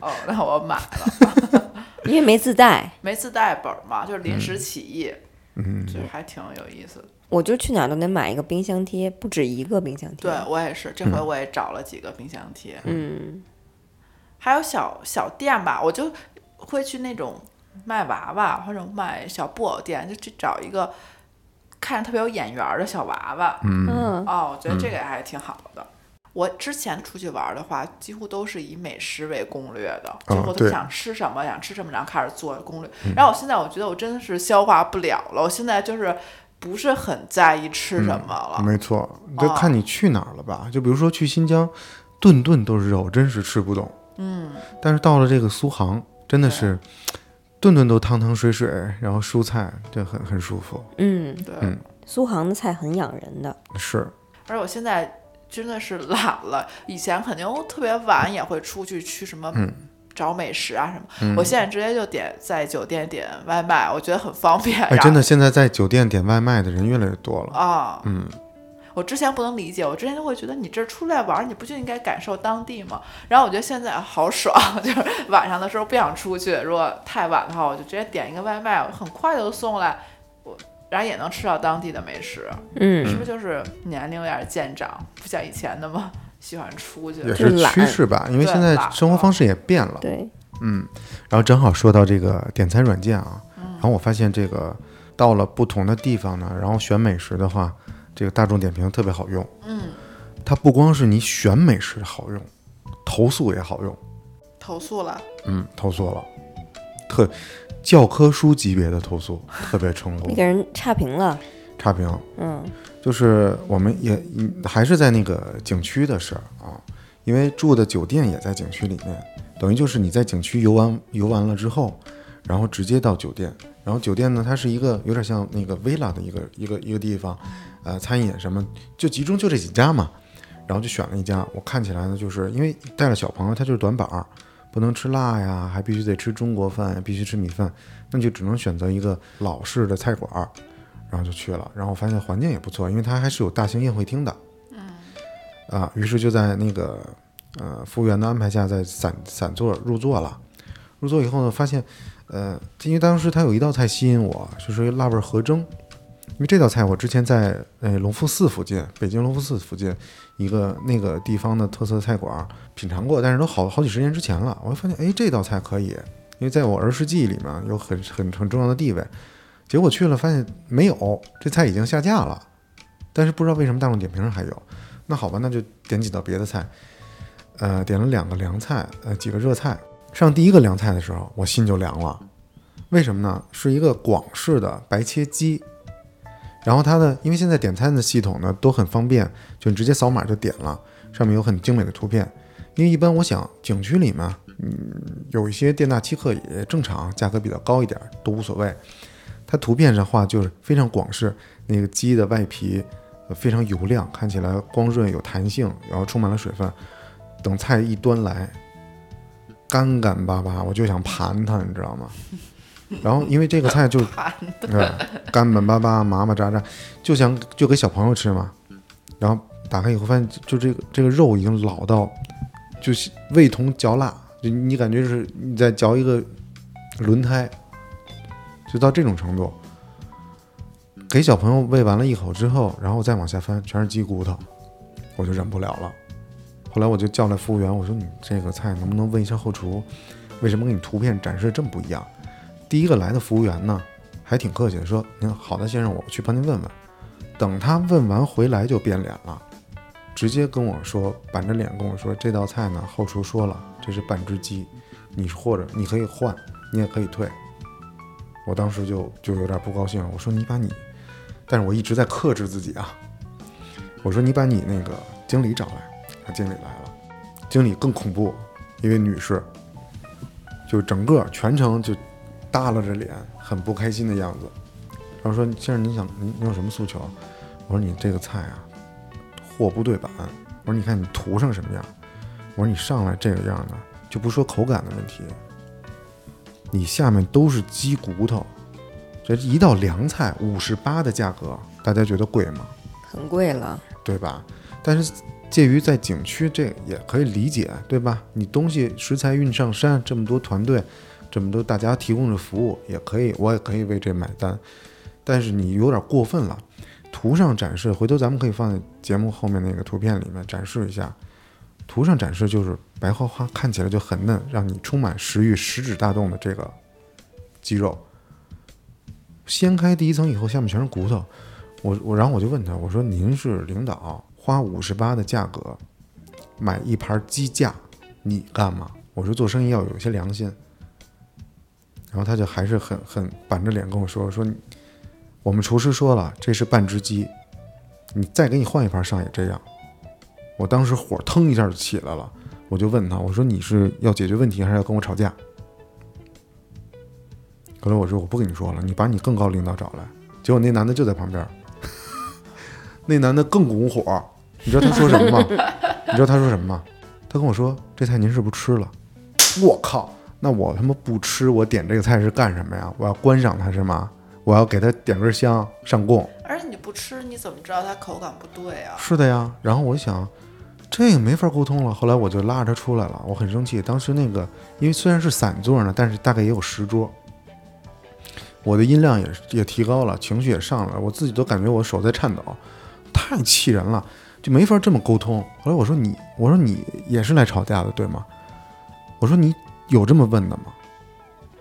C: 哦，那我买了。
A: 因为没自带，
C: 没自带本儿嘛，就是临时起意，嗯，就还挺有意思的。
A: 我就去哪儿都得买一个冰箱贴，不止一个冰箱贴。
C: 对我也是，这回我也找了几个冰箱贴，
A: 嗯，
C: 还有小小店吧，我就会去那种卖娃娃或者卖小布偶店，就去找一个看着特别有眼缘儿的小娃娃。嗯，
A: 嗯
C: 哦，我觉得这个还挺好的。我之前出去玩儿的话，几乎都是以美食为攻略的，就
B: 哦
C: 我都
B: 对嗯
C: 想吃什么，想吃什么，然后开始做攻略。然后我现在我觉得我真的是消化不了了，我现在就是不是很在意吃
B: 嗯
C: 什么了。
B: 没错，就
C: 哦
B: 看你去哪儿了吧。就比如说去新疆，顿顿都是肉，真是吃不懂。嗯，但是到了这个苏杭，真的是顿顿都汤汤水水，然后蔬菜，这很很舒服。
A: 嗯，
C: 对，
A: 苏杭的菜很养人的，
B: 是，
C: 而且我现在真的是懒了，以前肯定特别晚也会出去去什么。
B: 嗯
C: 找美食啊什么，我现在直接就点在酒店点外卖，我觉得很方便。
B: 哎，
C: 然后
B: 真的，现在在酒店点外卖的人越来越多了。
C: 啊，
B: 嗯，
C: 我之前不能理解，我之前就会觉得你这出来玩儿，你不就应该感受当地吗？然后我觉得现在好爽， 就是晚上的时候不想出去，如果太晚的话，我就直接点一个外卖，很快就送来，我然后也能吃到当地的美食，是
A: 嗯，
C: 不是就是年龄有点渐长，不像以前那么 喜欢出去？
B: 也
A: 就是懒
B: 趋势吧，因为
C: 对
B: 现在
C: 懒
B: 生活
C: 了
B: 方式也变了。
A: 对，
B: 嗯，然后正好说到这个点餐软件啊，然后我发现这个到了不同的地方呢，然后选美食的话，这个大众点评特别好用。嗯，它不光是你选美食好用，投诉也好用。
C: 投诉了，
B: 嗯，投诉了，特教科书级别的投诉，特别成
A: 你
B: 功，
A: 给人差评了，
B: 差评。
A: 嗯
B: 就是我们也嗯还是在那个景区的事儿啊，因为住的酒店也在景区里面，等于就是你在景区游玩游玩了之后，然后直接到酒店，然后酒店呢它是一个有点像那个 villa 的一个一个一个地方，呃，餐饮什么就集中就这几家嘛，然后就选了一家，我看起来呢就是因为带了小朋友，他就是短板儿。不能吃辣呀，还必须得吃中国饭，必须吃米饭，那就只能选择一个老式的菜馆儿。然后就去了，然后发现环境也不错，因为它还是有大型宴会厅的。嗯，啊，于是就在那个呃服务员的安排下，在散散座入座了。入座以后呢，发现呃，因为当时它有一道菜吸引我，是属于辣味儿河蒸。因为这道菜我之前在呃隆福寺附近，北京隆福寺附近一个那个地方的特色菜馆儿品尝过，但是都好好几十年之前了。我就发现，哎，这道菜可以，因为在我儿时记忆里面有很很很重要的地位。结果去了发现没有，这菜已经下架了，但是不知道为什么大众点评上还有。那好吧，那就点几道别的菜，呃，点了两个凉菜，呃，几个热菜。上第一个凉菜的时候，我心就凉了，为什么呢？是一个广式的白切鸡，然后它的因为现在点餐的系统呢都很方便，就你直接扫码就点了，上面有很精美的图片。因为一般我想景区里嘛，嗯，有一些店大欺客也正常，价格比较高一点儿都无所谓。它图片上画就是非常广式，那个鸡的外皮呃非常油亮，看起来光润有弹性，然后充满了水分。等菜一端来，干干巴巴，我就想盘它，你知道吗？然后因为这个菜就
C: 盘
B: 呃干干巴巴、麻麻扎扎，就想就给小朋友吃嘛。然后打开以后发现就，就这个这个肉已经老到，就是味同嚼蜡，就你感觉是你在嚼一个轮胎，就到这种程度。给小朋友喂完了一口之后，然后再往下翻，全是鸡骨头，我就忍不了了。后来我就叫来服务员，我说：“你这个菜能不能问一下后厨，为什么跟你图片展示这么不一样？”第一个来的服务员呢，还挺客气的，说：“您好的，先生，我去帮您问问。”等他问完回来就变脸了，直接跟我说，板着脸跟我说：“这道菜呢，后厨说了，这是半只鸡，你或者你可以换，你也可以退。”我当时就就有点不高兴，我说：“你把你……”但是我一直在克制自己啊。我说：“你把你那个经理找来。”啊，经理来了，经理更恐怖，一位女士，就整个全程就耷拉着脸，很不开心的样子。然后说：“先生，您想您您有什么诉求？”我说：“你这个菜啊，货不对版。”我说：“你看你涂成什么样？”我说：“你上来这个样的，就不说口感的问题，你下面都是鸡骨头，这一道凉菜五十八的价格，大家觉得贵吗？
A: 很贵了。
B: 对吧？但是介于在景区，这也可以理解，对吧？你东西食材运上山，这么多团队，这么多大家提供的服务，也可以，我也可以为这买单。但是你有点过分了。图上展示，回头咱们可以放在节目后面那个图片里面展示一下。图上展示就是白花花，看起来就很嫩，让你充满食欲、食指大动的这个鸡肉。掀开第一层以后，下面全是骨头。我我然后我就问他，我说您是领导，花五十八的价格买一盘鸡架，你干嘛？我说做生意要有一些良心。然后他就还是很很板着脸跟我说说，我们厨师说了这是半只鸡，你再给你换一盘上也这样。我当时火腾一下就起来了，我就问他，我说你是要解决问题还是要跟我吵架？后来我说我不跟你说了，你把你更高领导找来。结果那男的就在旁边儿，那男的更拱火，你知道他说什么吗？你知道他说什么吗？他跟我说：“这菜您是不是吃了？”我靠！那我他妈不吃，我点这个菜是干什么呀？我要观赏它是吗？我要给它点根香上供？
C: 而且你不吃，你怎么知道它口感不对啊？
B: 是的呀。然后我一想，这个没法沟通了。后来我就拉着他出来了，我很生气。当时那个，因为虽然是散座呢，但是大概也有十桌，我的音量也也提高了，情绪也上来了，我自己都感觉我手在颤抖，太气人了，就没法这么沟通。后来我说你，我说你也是来吵架的对吗？我说你有这么问的吗？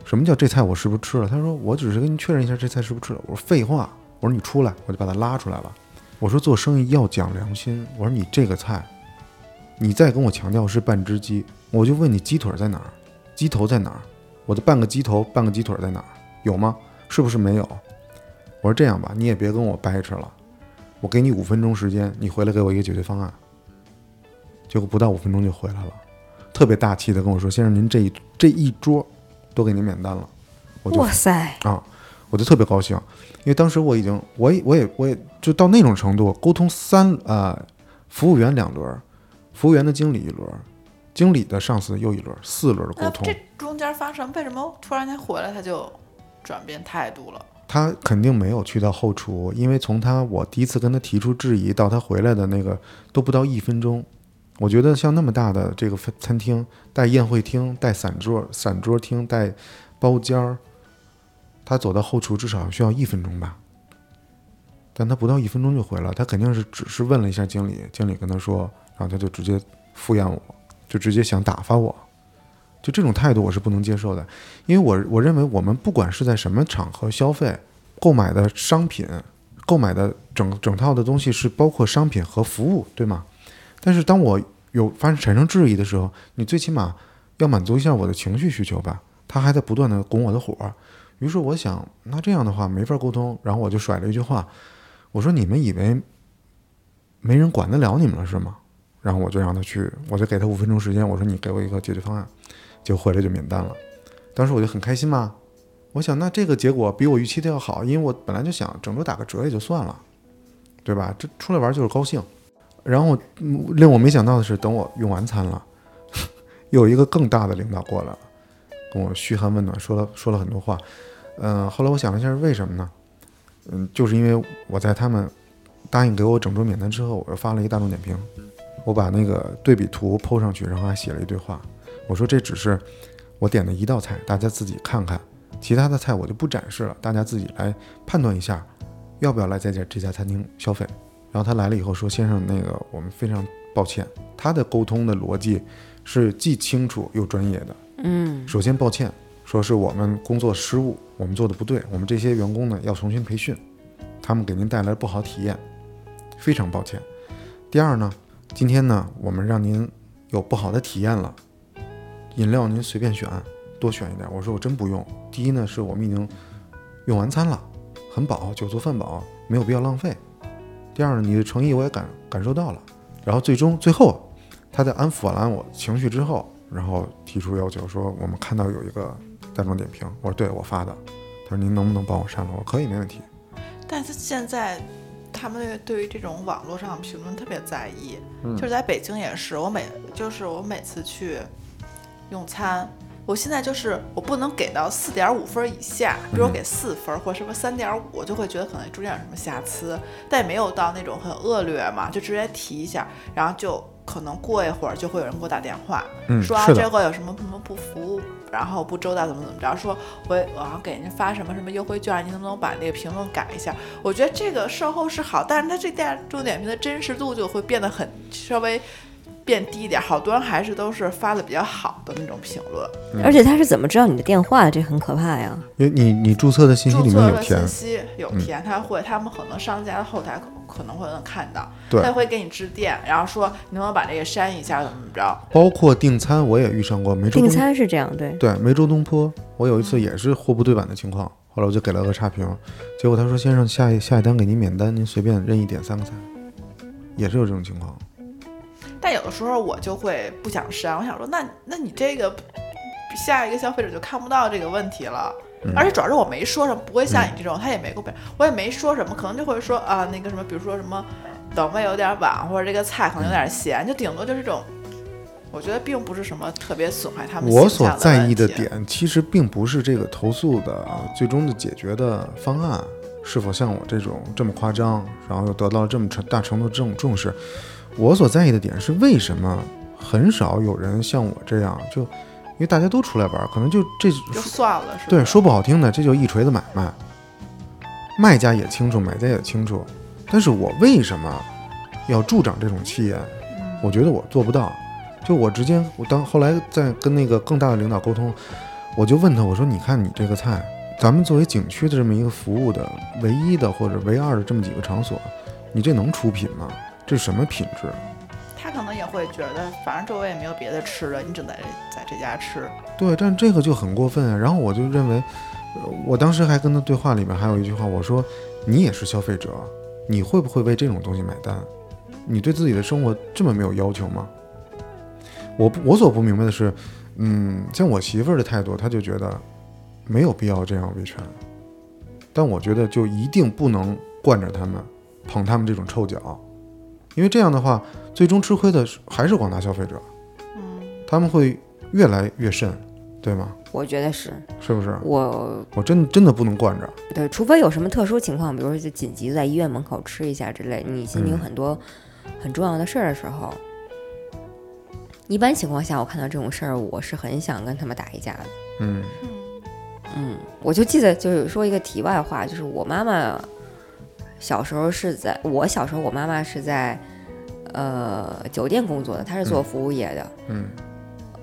B: 什么叫这菜我是不是吃了？他说我只是跟您确认一下这菜是不是吃了。我说废话，我说你出来，我就把他拉出来了。我说做生意要讲良心，我说你这个菜，你再跟我强调是半只鸡，我就问你鸡腿在哪儿，鸡头在哪儿，我的半个鸡头半个鸡腿在哪儿，有吗？是不是没有？我说这样吧，你也别跟我掰扯了，我给你五分钟时间，你回来给我一个解决方案。结果不到五分钟就回来了，特别大气的跟我说：“先生，您这一这一桌都给您免单了。”我就
A: 哇塞，
B: 啊，我就特别高兴，因为当时我已经，我也，我也，我也就到那种程度，沟通三呃，服务员两轮儿，服务员的经理一轮儿，经理的上司又一轮儿，四轮儿的沟
C: 那
B: 通。
C: 这中间发生为什么突然间回来他就转变态度了？
B: 他肯定没有去到后厨，因为从他我第一次跟他提出质疑到他回来的那个都不到一分钟。我觉得像那么大的这个餐餐厅，带宴会厅、带散桌、散桌厅、带包间儿，他走到后厨至少需要一分钟吧。但他不到一分钟就回来，他肯定是只是问了一下经理，经理跟他说，然后他就直接敷衍我，就直接想打发我，就这种态度我是不能接受的。因为我我认为我们不管是在什么场合消费，购买的商品，购买的整整套的东西是包括商品和服务，对吗？但是当我有发生产生质疑的时候，你最起码要满足一下我的情绪需求吧。他还在不断的拱我的火，于是我想，那这样的话没法沟通，然后我就甩了一句话，我说你们以为没人管得了你们了是吗？然后我就让他去，我就给他五分钟时间，我说你给我一个解决方案，结果回来就免单了。当时我就很开心嘛，我想那这个结果比我预期的要好，因为我本来就想整桌打个折也就算了，对吧？这出来玩就是高兴。然后嗯令我没想到的是，等我用完餐了， 有一个更大的领导过来了，跟我嘘寒问暖，说了说了很多话。嗯、后来我想了一下，为什么呢？嗯，就是因为我在他们答应给我整桌免单之后，我又发了一大众点评，我把那个对比图 PO 上去，然后还写了一堆话。我说这只是我点的一道菜，大家自己看看，其他的菜我就不展示了，大家自己来判断一下，要不要来这家这家餐厅消费。然后他来了以后说：“先生，那个我们非常抱歉。”他的沟通的逻辑是既清楚又专业的。
A: 嗯，
B: 首先抱歉，说是我们工作失误，我们做的不对，我们这些员工呢要重新培训，他们给您带来不好体验，非常抱歉。第二呢，今天呢我们让您有不好的体验了，饮料您随便选，多选一点。我说我真不用。第一呢是我们已经用完餐了，很饱，酒足饭饱，没有必要浪费。第二呢，你的诚意我也感感受到了。然后最终最后，他在安抚完我情绪之后，然后提出要求说，我们看到有一个大众点评，我说对我发的，他说您能不能帮我删了？我说可以，没问题。
C: 但是现在他们对对于这种网络上的评论特别在意，
B: 嗯
C: 就是在北京也是，我每就是我每次去用餐。我现在就是我不能给到四点五分以下，比如
B: 嗯
C: 我给四分或者什么三点五，我就会觉得可能中间有什么瑕疵，但也没有到那种很恶劣嘛，就直接提一下，然后就可能过一会儿就会有人给我打电话，
B: 嗯
C: 说、啊、
B: 是的
C: 这个有什么什么不服，然后不周到怎么怎么着，说我我要给人家发什么什么优惠券，你能不能把那个评论改一下？我觉得这个售后是好，但是它这大众点评的真实度就会变得很稍微变低一点，好多人还是都是发的比较好的那种评论，
A: 而且他是怎么知道你的电话的？这很可怕呀！
B: 因为你你注册的信息
C: 注
B: 里面
C: 册
B: 有嗯
C: 的
B: 填
C: 信，息有填，他会他们可能商家的后台可可能会能看到，
B: 对
C: 他会给你致电，然后说你能不能把这个删一下，怎么怎么着？
B: 包括订餐我也遇上过梅州
A: 订
B: 东
A: 餐是这样，对，
B: 对梅州东坡，我有一次也是货不对版的情况，后来我就给了个差评，结果他说先生下一下一单给您免单，您随便任意点三个菜，也是有这种情况。
C: 但有的时候我就会不想删，我想说，那那你这个下一个消费者就看不到这个问题了。
B: 嗯
C: 而且主要是我没说什么，不会像你这种，他也没给我表，我也没说什么，可能就会说啊、那个什么，比如说什么等位有点晚，或者这个菜可能有点咸，就顶多就是这种。我觉得并不是什么特别损害他们
B: 我
C: 形象
B: 所在意
C: 的
B: 的
C: 问题，
B: 点其实并不是这个投诉的啊最终的解决的方案是否像我这种这么夸张，然后又得到了这么程大程度的这种重视。我所在意的点是为什么很少有人像我这样，就因为大家都出来玩儿，可能就这
C: 就算了，是吧？
B: 对，说不好听的，这就一锤子买卖。卖家也清楚，买家也清楚，但是我为什么要助长这种气焰？
C: 嗯
B: 我觉得我做不到。就我直接，我当后来在跟那个更大的领导沟通，我就问他，我说：“你看你这个菜，咱们作为景区的这么一个服务的唯一的或者唯二的这么几个场所，你这能出品吗？这什么品质？
C: 他可能也会觉得，反正周围也没有别的吃的，你只能在这在这家吃。
B: 对，但这个就很过分啊。然后我就认为，呃我当时还跟他对话里面还有一句话，我说你也是消费者，啊你会不会为这种东西买单？你对自己的生活这么没有要求吗？我不，我所不明白的是，嗯，像我媳妇儿的态度，她就觉得没有必要这样维权，但我觉得就一定不能惯着他们，捧他们这种臭脚，因为这样的话，最终吃亏的是还是广大消费者，他们会越来越甚，对吗？
A: 我觉得是
B: 是不是？
A: 我
B: 我真真的不能惯着。
A: 对，除非有什么特殊情况，比如说就紧急在医院门口吃一下之类，你心里有很多很重要的事儿的时候，一般情况下我看到这种事儿，我是很想跟他们打一架的。
B: 嗯
A: 嗯，我就记得就是说一个题外话，就是我妈妈小时候是在我小时候，我妈妈是在呃酒店工作的，她是做服务业的。
B: 嗯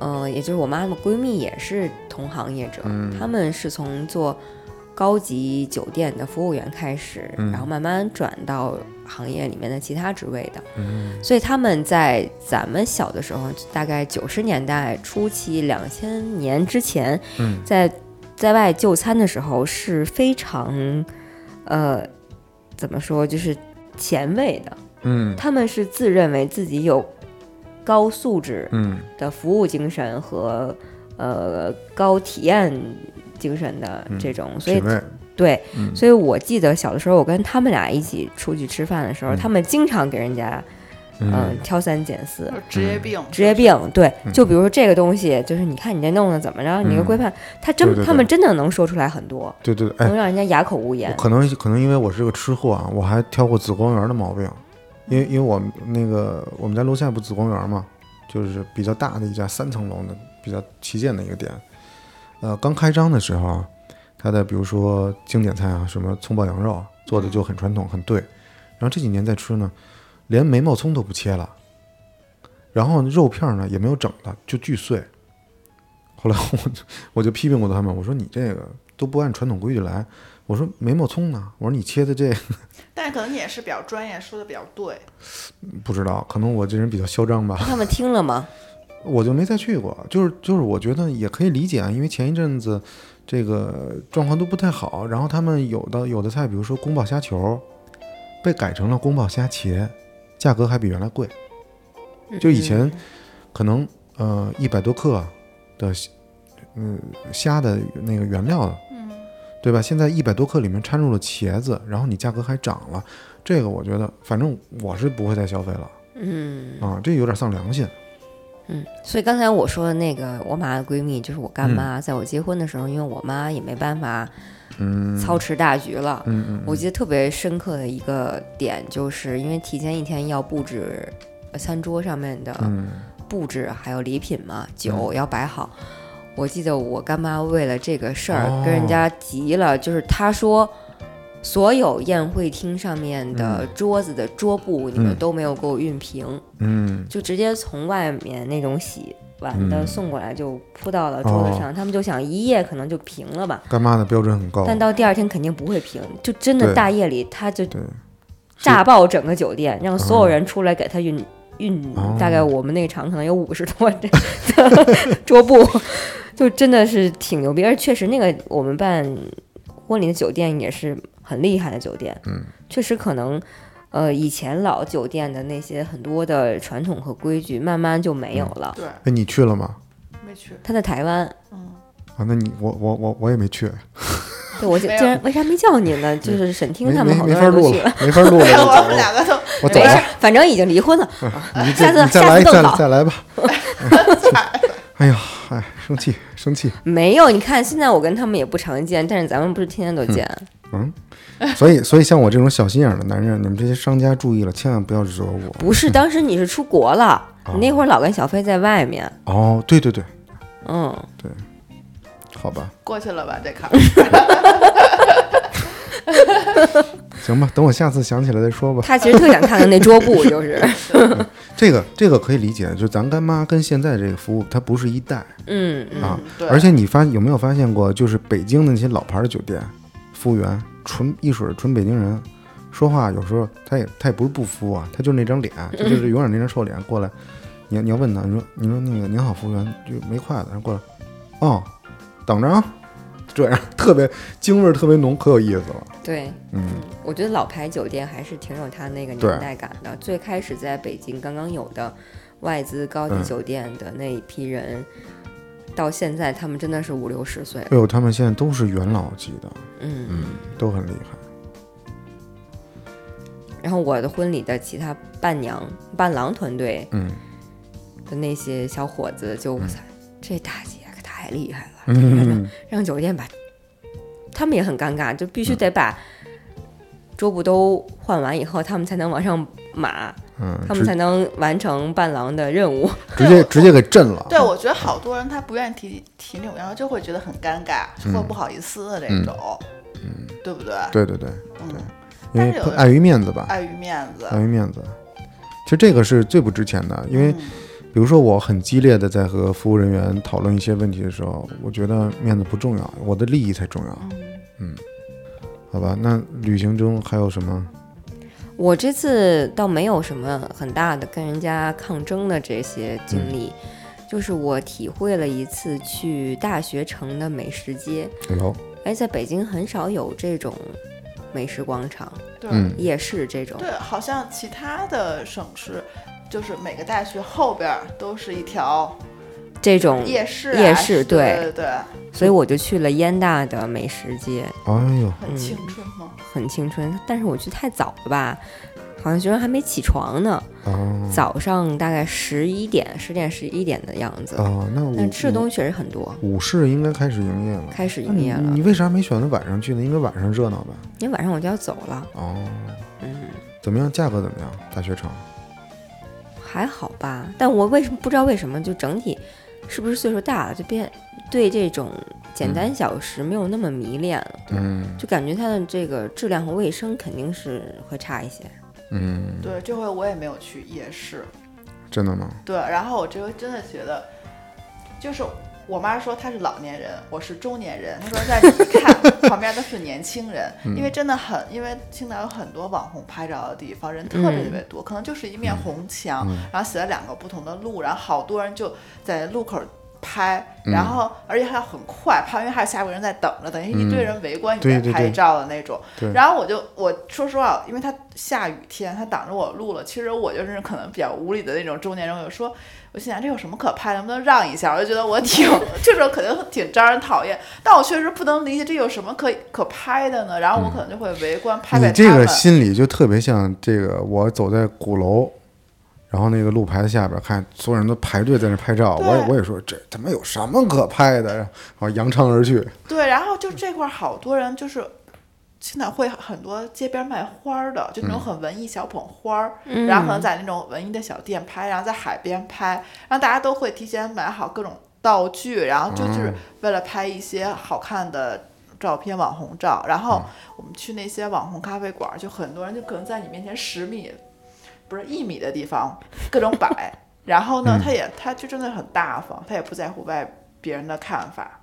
A: 呃，也就是我妈妈闺蜜也是同行业者，
B: 嗯
A: 她们是从做高级酒店的服务员开始，
B: 嗯
A: 然后慢慢转到行业里面的其他职位的。
B: 嗯
A: 所以他们在咱们小的时候，大概九十年代初期、两千年之前，
B: 嗯
A: 在在外就餐的时候是非常，呃，怎么说，就是前卫的。
B: 嗯
A: 他们是自认为自己有高素质
B: 嗯
A: 的服务精神和呃高体验精神的这种，所以
B: 嗯品味。
A: 对，
B: 嗯
A: 所以我记得小的时候，我跟他们俩一起出去吃饭的时候，
B: 嗯
A: 他们经常给人家。嗯
B: 嗯，
A: 挑三拣四
C: 就，是职业病，
A: 职业病。对，
B: 嗯
A: 就比如说这个东西，就是你看你这弄的怎么着，你这
B: 嗯
A: 规范，他真
B: 对对对
A: 他们真的能说出来很多，
B: 对对对，哎
A: 能，让人家哑口无言。
B: 可能可能因为我是个吃货啊，我还挑过紫光园的毛病，因为因为我们那个我们家楼下不紫光园嘛，就是比较大的一家三层楼的比较旗舰的一个店，呃，刚开张的时候啊，它的比如说经典菜啊，什么葱爆羊肉啊做的就很传统很对，然后这几年再吃呢，连眉毛葱都不切了，然后肉片儿呢也没有整的，就巨碎。后来我就我就批评过他们，我说你这个都不按传统规矩来。我说眉毛葱呢？我说你切的这
C: 但可能你也是比较专业，说的比较对。
B: 不知道，可能我这人比较嚣张吧。
A: 他们听了 吗？
B: 我就没再去过，就是就是，我觉得也可以理解啊，因为前一阵子这个状况都不太好，然后他们有的有的菜，比如说宫保虾球，被改成了宫保虾茄，价格还比原来贵。就以前可能呃一百多克的嗯虾的那个原料，
C: 嗯，
B: 对吧？现在一百多克里面掺入了茄子，然后你价格还涨了，这个我觉得反正我是不会再消费了
A: 嗯
B: 啊，这有点丧良心。
A: 嗯，所以刚才我说的那个我妈的闺蜜就是我干妈，在我结婚的时候，因为我妈也没办法
B: 嗯
A: 操持大局了，
B: 嗯嗯，
A: 我记得特别深刻的一个点，就是因为提前一天要布置呃餐桌上面的
B: 嗯
A: 布置，还有礼品嘛，酒要摆好。我记得我干妈为了这个事儿
B: 哦
A: 跟人家急了，就是她说，所有宴会厅上面的桌子的桌布你们
B: 嗯
A: 都没有给我熨平，
B: 嗯
A: 就直接从外面那种洗完的
B: 嗯哦
A: 送过来，就铺到了桌子上。他们就想一夜可能就平了吧，
B: 干妈的标准很高，
A: 但到第二天肯定不会平，就真的
B: 哦对
A: 大夜里他就
B: 对，嗯
A: 炸爆整个酒店，让所有人出来给他运运
B: 哦，
A: 大概我们那个厂可能有五十多这 桌布，就真的是挺牛逼。而且确实，那个我们办婚礼的酒店也是很厉害的酒店，
B: 嗯，
A: 确实可能。呃，以前老酒店的那些很多的传统和规矩，慢慢就没有了。
C: 对，
B: 哎，你去了吗？
C: 没去，
A: 他在台湾，
C: 嗯，
B: 啊，那你我我我我也没去，
A: 对我竟
C: 没有
A: 竟然为啥没叫你呢？就是沈
B: 没
A: 听他们
B: 没
A: 好
B: 没
A: 多
B: 法
A: 人都
B: 录
A: 去了，
B: 了，没法 录了，我
C: 我
B: 走
C: 们
B: 了，
C: 两个都
B: 我 走
A: 没事
B: 了，
A: 儿，反正已经离婚了。
B: 你
A: 下
B: 这
A: 次下
B: 你再
A: 次
B: 来
A: 更
B: 再
A: 好
B: 再来 吧。 哎呀，哎，生气生气，
A: 没有，你看现在我跟他们也不常见，但是咱们不是天天都见。
B: 嗯，所以所以像我这种小心眼儿的男人，你们这些商家注意了，千万不要惹我。
A: 不是，当时你是出国了，你那会儿老跟小飞在外面，
B: 哦，对对对，
A: 嗯，
B: 好吧，
C: 过去了吧？这坎儿，
B: 行吧，等我下次想起来再说吧。
A: 他其实特想看看那桌 布，就是，
B: 这个这个可以理解，就咱干妈跟现在这个服务，它不是一代，
A: 嗯，嗯
B: 啊
C: 嗯，对，
B: 而且你发有没有发现过，就是北京的那些老牌的酒店，服务员纯一水儿纯北京人，说话有时候他也他也不是不敷啊，他就是那张脸，他就是永远那张臭脸过来，你要你要问他，你说你说那个您好，服务员就没筷子，然后过来，哦，等着啊，这样特别京味儿特别浓，可有意思了，
A: 对，
B: 嗯
A: 我觉得老牌酒店还是挺有它那个
B: 对
A: 年代感的。最开始在北京刚刚有的外资高级
B: 嗯
A: 酒店的那一批人，到现在他们真的是五六十岁了，
B: 哎呦，他们现在都是元老级的，
A: 嗯。
B: 都很厉害。
A: 然后我的婚礼的其他伴娘、伴郎团队，
B: 嗯，
A: 的那些小伙子就，哇塞，这大姐可太厉害了，
B: 嗯
A: 让酒店把，他们也很尴尬，就必
B: 嗯
A: 须得把桌布都换完以后，他们才能往上码，
B: 嗯，
A: 他们
B: 直
A: 才能完成伴郎的任务。
B: 直接直接给震了。
C: 对，我觉得好多人他不愿意提提那种，然后就会觉得很尴尬，或不好意思的这种，对不对？
B: 嗯对对对，
C: 嗯，
B: 因
C: 但
B: 为
C: 是有的
B: 碍于面子吧，
C: 碍于面子，
B: 碍于面子。其实这个是最不值钱的，因为
C: 嗯
B: 比如说我很激烈的在和服务人员讨论一些问题的时候，我觉得面子不重要，我的利益才重要。嗯，好吧，那旅行中还有什么？
A: 我这次倒没有什么很大的跟人家抗争的这些经历，
B: 嗯
A: 就是我体会了一次去大学城的美食街，
B: 有，
A: 哎，在北京很少有这种美食广场、
C: 对
B: 嗯
A: 夜市这种。
C: 对，好像其他的省市，就是每个大学后边儿都是一条
A: 这种
C: 夜市啊，
A: 夜市对
C: 对对，
A: 所以我就去了燕大的美食街，
B: 哎呦，
A: 嗯
C: 很青春嘛。
A: 很青春。但是我去太早了吧，好像学生还没起床呢，
B: 哦，
A: 早上大概十一点、十点、十一点的样子。
B: 哦，那
A: 但
B: 五
A: 吃的东西确实很多，
B: 午午市应该开始营业了。
A: 开始
B: 那
A: 营
B: 你
A: 业了
B: 嗯你。为啥没选择晚上去呢？应该晚上热闹吧？
A: 因为晚上我就要走了，
B: 哦，
A: 嗯，
B: 怎么样？价格怎么样？大学城？
A: 还好吧。但我为什么不知道为什么就整体是不是岁数大了就变对这种简单小食没有那么迷恋了，
B: 嗯
A: 就感觉它的这个质量和卫生肯定是会差一些。
B: 嗯，
C: 对，这回我也没有去夜市。
B: 真的吗？
C: 对，然后我这回真的觉得，就是我妈说她是老年人，我是中年人。她说让你一看旁边都是年轻人，因为真的很，因为青岛有很多网红拍照的地方，人特别特别多，可能就是一面红墙，然后写了两个不同的路，然后好多人就在路口。拍，
B: 嗯
C: 然后而且还很快拍，因为还有下边人在等着，等于一堆人围观你
B: 嗯对
C: 在
B: 对
C: 拍
B: 对
C: 照的那种。
B: 对
C: 然后我就我说实话，因为它下雨天，它挡着我路了。其实我就是可能比较无理的那种中年人，我就说，我心想这有什么可拍的，能不能让一下？我就觉得我挺 这种可能挺招人讨厌，但我确实不能理解这有什么可可拍的呢。然后我可能就会围观
B: 嗯
C: 拍拍
B: 你
C: 他
B: 这
C: 们
B: 个。心理就特别像这个，我走在鼓楼，然后那个路牌子下边看所有人都排队在那拍照，我也
C: 对
B: 我也说这他妈有什么可拍的，然后扬长而去。
C: 对，然后就这块儿好多人就是。青岛会很多街边卖花儿的，就那种很文艺小捧花儿，然后可能在那种文艺的小店拍，然后在海边拍，然后大家都会提前买好各种道具，然后就是为了拍一些好看的照片、网红照。然后我们去那些网红咖啡馆儿，就很多人就可能在你面前十米，不是一米的地方各种摆。然后呢，他也他就真的很大方，他也不在乎外别人的看法，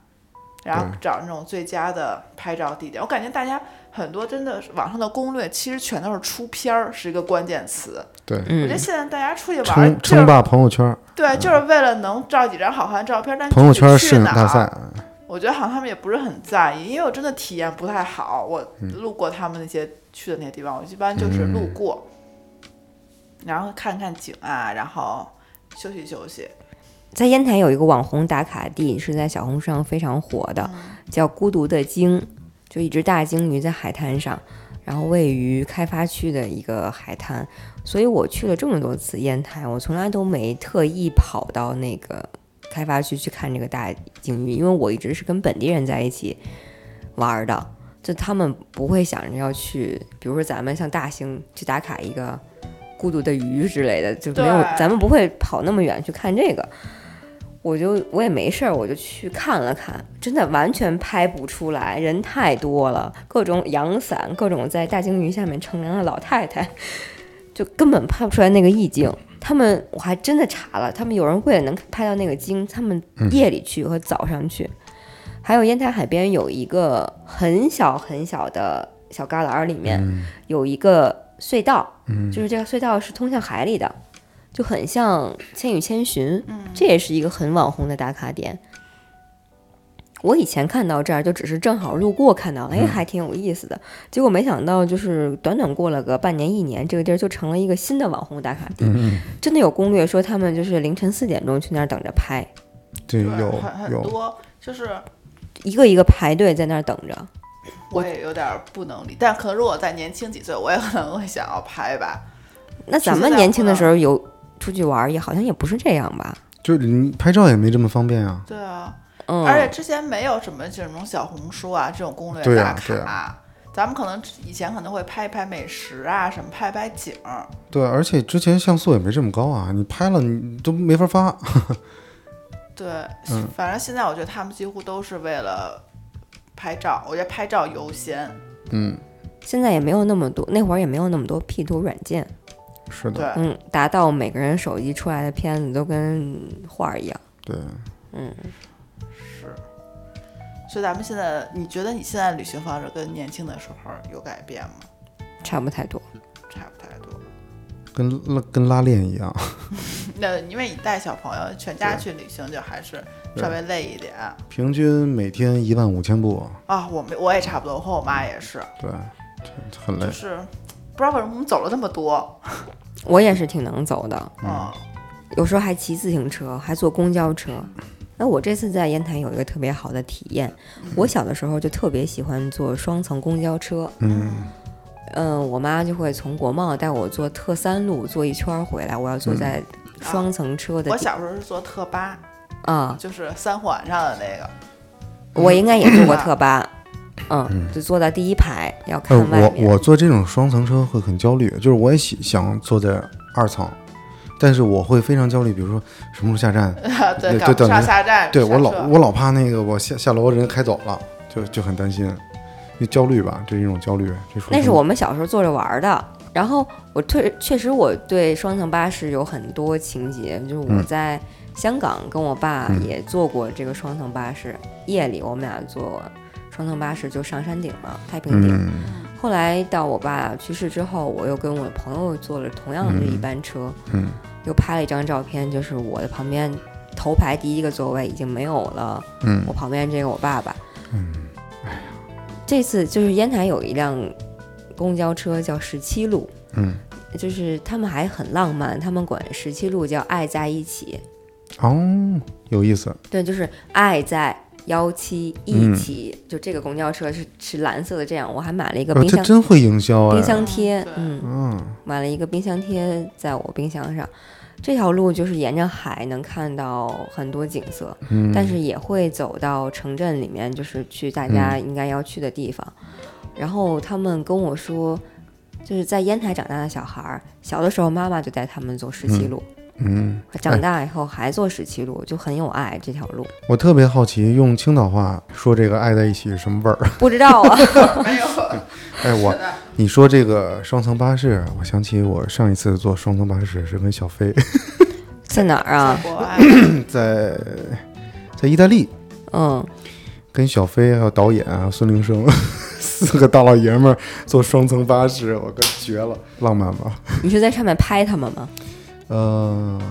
C: 然后
B: 对
C: 找那种最佳的拍照地点。我感觉大家很多真的是网上的攻略，其实全都是出片儿是一个关键词。
B: 对，
C: 我觉得现在大家出去嗯玩儿
B: 称
C: 就是
B: 称霸朋友圈，
C: 对，就是为了能照几张好看的照片，
B: 嗯
C: 但
B: 朋友圈
C: 具体去
B: 摄影
C: 哪
B: 大
C: 儿
B: 赛，
C: 我觉得好像他们也不是很在意，因为我真的体验不太好。我
B: 嗯
C: 路过他们那些去的那些地方，我一般就是路过，然后看看景啊，然后休息休息。
A: 在烟台有一个网红打卡地，是在小红书上非常火的，叫“孤独的鲸”，就一只大鲸鱼在海滩上，然后位于开发区的一个海滩。所以我去了这么多次烟台，我从来都没特意跑到那个开发区去看这个大鲸鱼，因为我一直是跟本地人在一起玩儿的，就他们不会想着要去，比如说咱们像大兴去打卡一个孤独的鱼之类的，就没有
C: 对
A: 咱们不会跑那么远去看这个。我就我也没事儿，我就去看了看，真的完全拍不出来，人太多了，各种阳伞，各种在大鲸鱼下面乘凉的老太太，就根本拍不出来那个意境。他们我还真的查了，他们有人为了能拍到那个鲸，他们夜里去和早上去。还有烟台海边有一个很小很小的小旮旯儿，里面有一个隧道，就是这个隧道是通向海里的，就很像《千与千寻》这也是一个很网红的打卡点。我以前看到这儿就只是正好路过看到了，哎，还挺有意思的。结果没想到，就是短短过了个半年一年，这个地儿就成了一个新的网红打卡地。真的有攻略说他们就是凌晨四点钟去那儿等着拍，
B: 对，
C: 对
B: 有
C: 很很
B: 有，
C: 多，就是
A: 一个一个排队在那儿等着。
C: 我也有点儿不能理，但可能如果我再年轻几岁，我也可能会想要拍吧。
A: 那咱们年轻的时候有出去玩儿，也好像也不是这样吧？
B: 就是你拍照也没这么方便啊。
C: 对啊，
A: 嗯，
C: 而且之前没有什么这种小红书啊这种攻略
B: 对
C: 打
B: 啊
C: 卡。
B: 对啊
C: 咱们可能以前可能会拍一拍美食啊，什么拍拍景儿，
B: 对，而且之前像素也没这么高啊，你拍了你都没法发。
C: 对，
B: 嗯
C: 反正现在我觉得他们几乎都是为了拍照，我觉得拍照优先。
B: 嗯，
A: 现在也没有那么多，那会儿也没有那么多 P 图软件，
B: 是的，
C: 对，
A: 嗯，达到每个人手机出来的片子都跟画儿一样。
B: 对，
C: 是。所以咱们现在，你觉得你现在旅行方式跟年轻的时候有改变吗？
A: 差不太多，
C: 差不太多。
B: 跟拉跟拉练一样。
C: 那因为你带小朋友，全家去旅行就还是稍微累一点啊、
B: 平均每天一万五千步，
C: 我们我也差不多，我和我妈也是，
B: 对，这很累
C: 就。是不知道为什么我们走了那么多，
A: 我也是挺能走的，
C: 嗯，
A: 有时候还骑自行车，还坐公交车。那我这次在烟台有一个特别好的体验，我小的时候就特别喜欢坐双层公交车，
B: 嗯，
A: 嗯，我妈就会从国贸带我坐特三路坐一圈儿回来，我要坐在双层车的
C: 我
A: 地
C: 小时候是坐特八，
A: 啊、
C: 就是三环上的那个，
A: 我应该也坐过特八，嗯，就坐到第一排要
B: 哎，
A: 看外
B: 我
A: 面。
B: 我坐这种双层车会很焦虑，就是我也喜想坐在二层，但是我会非常焦虑，比如说什么时候下站，
C: 对，
B: 对
C: 赶不
B: 对
C: 上
B: 对
C: 下站，
B: 对我
C: 下
B: 老
C: 车
B: 我老怕那个我下下楼人开走了，就就很担心，就焦虑吧，这是一种焦虑。这属于
A: 那是
B: 什么
A: 我们小时候坐着玩儿的。然后我确确实我对双层巴士有很多情节，就是我
B: 嗯
A: 在香港跟我爸也坐过这个双层巴士，夜里我们俩坐双层巴士就上山顶了，太平顶。
B: 嗯
A: 后来到我爸去世之后，我又跟我朋友坐了同样的一班车，
B: 嗯
A: 又拍了一张照片，就是我的旁边头排第一个座位已经没有了，
B: 嗯
A: 我旁边这个我爸爸。
B: 嗯，
A: 这次就是烟台有一辆公交车叫十七路，
B: 嗯，
A: 就是他们还很浪漫，他们管十七路叫“爱在一起
B: 哦，有意思，”，
A: 对，就是爱在幺七一起，
B: 嗯
A: 就这个公交车是是蓝色的，这样我还买了一个
B: 啊
A: 冰
B: 他
A: 箱、
B: 真会营销
A: 冰
B: 哎，
A: 箱贴
C: 对，
A: 嗯，
B: 嗯
A: 买了一个冰箱贴在我冰箱上。这条路就是沿着海能看到很多景色，
B: 嗯，
A: 但是也会走到城镇里面，就是去大家
B: 嗯
A: 应该要去的地方。然后他们跟我说，就是在烟台长大的小孩儿，小的时候妈妈就带他们走十七路，
B: 嗯，
A: 长大以后还做十七路，就很有爱这条路。
B: 我特别好奇，用青岛话说这个“爱在一起”是什么 味儿？
A: 不知道啊，
C: 没有，
B: 哎，我
C: 是的
B: 你说这个双层巴士，我想起我上一次坐双层巴士是跟小飞
A: 在哪儿啊？
C: 国外
B: 在在意大利，
A: 嗯，
B: 跟小飞还有导演啊孙铃声 四个大老爷们儿坐双层巴士，我哥绝了，浪漫吧？
A: 你是在上面拍他们吗？
B: 呃，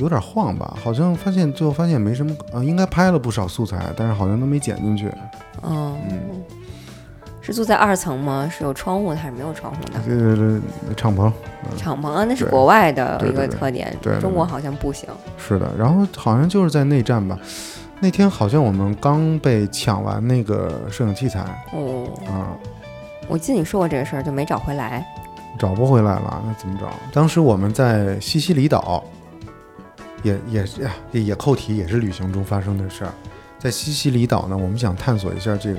B: 有点晃吧，好像发现最后发现没什么，啊、应该拍了不少素材，但是好像都没剪进去。
A: 嗯，是住在二层吗？是有窗户的还是没有窗户的？
B: 这这这敞篷
A: 敞篷啊，那是
B: 对
A: 国外的
B: 对
A: 一
B: 对
A: 个
B: 对
A: 特点，
B: 对对
A: 中
B: 对
A: 国好像不行。
B: 是的，然后好像就是在内战吧。那天好像我们刚被抢完那个摄影器材
A: 哦，
B: 啊，
A: 我记得你说过这个事儿，就没找回来。
B: 找不回来了，那怎么找？当时我们在西西里岛，也也是呀也也扣题，也是旅行中发生的事儿。在西西里岛呢，我们想探索一下这个，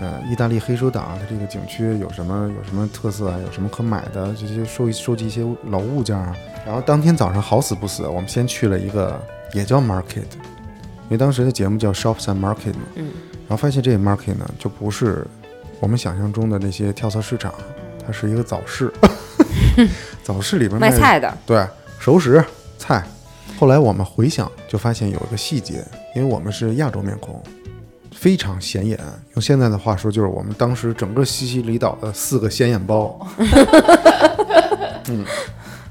B: 呃，意大利黑手党它这个景区有什么有什么特色啊，有什么可买的，这些收一收集一些老物件啊。然后当天早上好死不死，我们先去了一个也叫 market，因为当时的节目叫 Shops and Market 嘛，
A: 嗯，
B: 然后发现这个 market 呢就不是我们想象中的那些跳蚤市场，它是一个早 市， 早市里边
A: 卖
B: 的
A: 菜的，
B: 对，熟食菜。后来我们回想，就发现有一个细节，因为我们是亚洲面孔，非常显眼。用现在的话说，就是我们当时整个西西里岛的四个显眼包，嗯，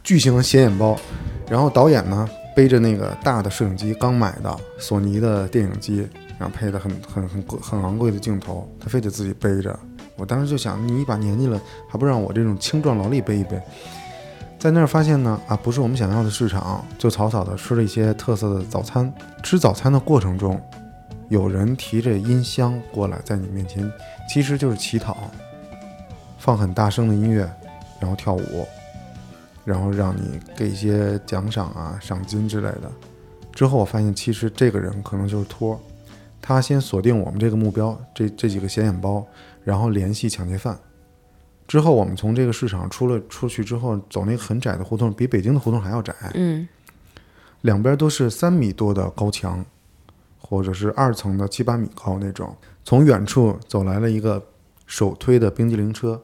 B: 巨型显眼包。然后导演呢，背着那个大的摄影机，刚买的索尼的电影机，然后配的很很很贵很昂贵的镜头，他非得自己背着。我当时就想，你一把年纪了，还不让我这种青壮劳力背一背？在那儿发现呢，啊，不是我们想要的市场，就草草的吃了一些特色的早餐。吃早餐的过程中，有人提着音箱过来，在你面前，其实就是乞讨，放很大声的音乐，然后跳舞，然后让你给一些奖赏啊、赏金之类的。之后我发现，其实这个人可能就是托儿，他先锁定我们这个目标，这这几个显眼包，然后联系抢劫犯。之后我们从这个市场出了出去之后，走那个很窄的胡同，比北京的胡同还要窄，
A: 嗯，
B: 两边都是三米多的高墙，或者是二层的七八米高那种。从远处走来了一个手推的冰激凌车，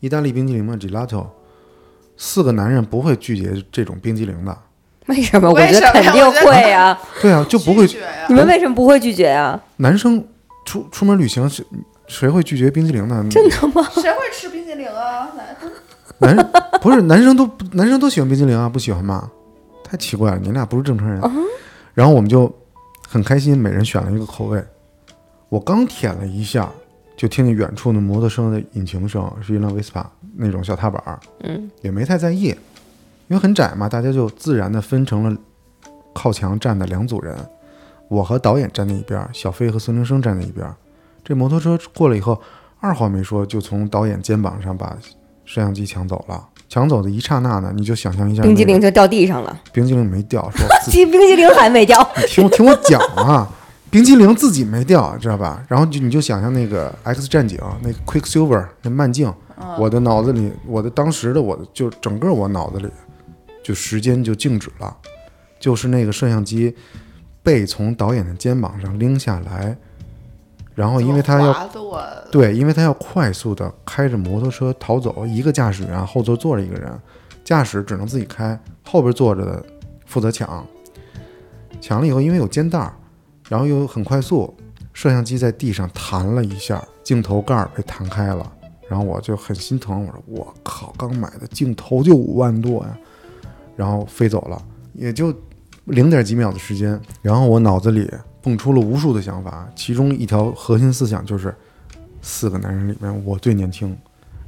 B: 意大利冰激凌嘛，gelato。四个男人不会拒绝这种冰激凌的，
A: 为什么？我觉
C: 为什
A: 得
C: 么
A: 肯
C: 呀
A: 定
C: 我觉得
A: 会啊！
B: 对啊，就 不会
C: 拒绝呀
A: 你们为什么不会拒绝啊？
B: 男生出出门旅行谁谁会拒绝冰激凌呢？
A: 真的吗？
C: 谁会吃冰激凌啊？来
B: 男人不是男生都男生都喜欢冰激凌啊，不喜欢吗？太奇怪了，你俩不是正常人。
A: 嗯
B: 然后我们就很开心，每人选了一个口味。我刚舔了一下，就听见远处的摩托车的引擎声，是一辆 Vespa 那种小踏板儿，
A: 嗯
B: 也没太在意，因为很窄嘛，大家就自然的分成了靠墙站的两组人，我和导演站在一边儿，小飞和孙中生站在一边儿。这摩托车过来以后，二话没说就从导演肩膀上把摄像机抢走了。抢走的一刹那呢，你就想象一下、那
A: 冰激
B: 个
A: 凌就掉地上了，
B: 冰激凌没掉，说自己
A: 冰冰激凌还没掉。
B: 你听我听我讲啊，冰激凌自己没掉，知道吧？然后就你就想象那个 X 战警那 Quicksilver 那慢镜，我的脑子里，我的当时的我的就整个我脑子里就时间就静止了，就是那个摄像机被从导演的肩膀上拎下来，然哦后因为他要
C: 滑落，
B: 对，因为他要快速的开着摩托车逃走，一个驾驶员后座坐着一个人，驾驶只能自己开，后边坐着的负责抢。抢了以后，因为有肩带儿，然后又很快速，摄像机在地上弹了一下，镜头盖儿被弹开了。然后我就很心疼，我说我靠，刚买的镜头就五万多呀，然后飞走了，也就零点几秒的时间。然后我脑子里蹦出了无数的想法，其中一条核心思想就是四个男人里面我最年轻。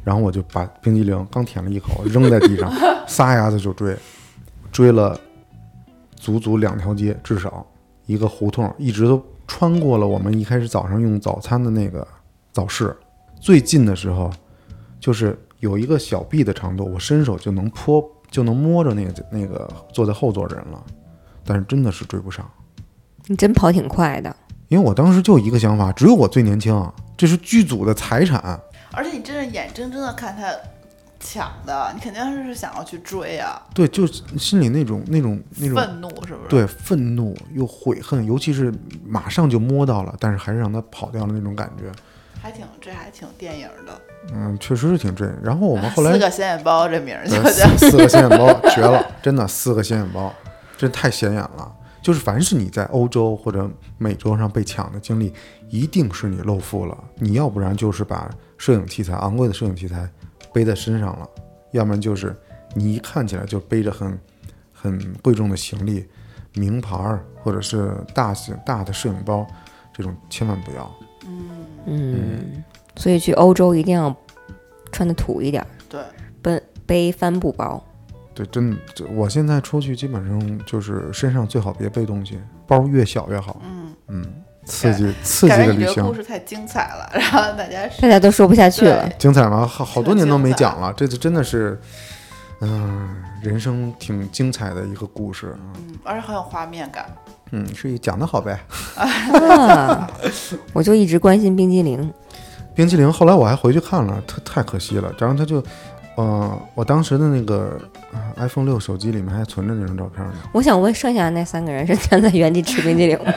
B: 然后我就把冰激凌刚舔了一口，扔在地上，撒丫子就追，追了足足两条街，至少一个胡同，一直都穿过了我们一开始早上用早餐的那个早市。最近的时候，就是有一个小臂的长度，我伸手就能泼，就能摸着那个那个坐在后座的人了，但是真的是追不上。
A: 你真跑挺快的，
B: 因为我当时就一个想法，只有我最年轻，这是剧组的财产，
C: 而且你真是眼睁睁的看他抢的，你肯定是想要去追啊，
B: 对，就是心里那种那种那种
C: 愤怒是不是？，
B: 对，愤怒又悔恨，尤其是马上就摸到了，但是还是让他跑掉了那种感觉，
C: 还挺这还挺电影的。
B: 嗯，确实是挺震。然后我们后来
C: 四个显眼包这名儿就
B: 呃
C: 叫，
B: 四四个显眼包绝了，真的四个显眼包，这太显眼了。就是凡是你在欧洲或者美洲上被抢的经历，一定是你露富了。你要不然就是把摄影器材昂贵的摄影器材背在身上了，要不然就是你一看起来就背着很很贵重的行李、名牌儿或者是大型大的摄影包，这种千万不要。
A: 嗯，所以去欧洲一定要穿的土一点儿，
C: 对，
A: 背背帆布包，
B: 对，真的，这我现在出去基本上就是身上最好别背东西，包越小越好。
C: 嗯，
B: 刺激刺激
C: 感
B: 的
C: 觉你
B: 旅
C: 这个故
B: 行，
C: 事太精彩了， 然后大家
A: 大
C: 是
A: 家都说不下去
C: 对
A: 了。
B: 精彩吗？好好多
C: 特
B: 年都没
C: 精彩
B: 讲了，这就真的是，嗯、人生挺精彩的一个故事啊。
C: 嗯，而且很有画面感。
B: 嗯，是一讲的好呗。
A: 啊， 我就一直关心冰激凌，
B: 冰淇淋后来我还回去看了，特太可惜了。然后他就，呃，我当时的那个呃 iPhone 六手机里面还存着那张照片呢。
A: 我想问剩下的那三个人是站在原地吃冰激凌吗？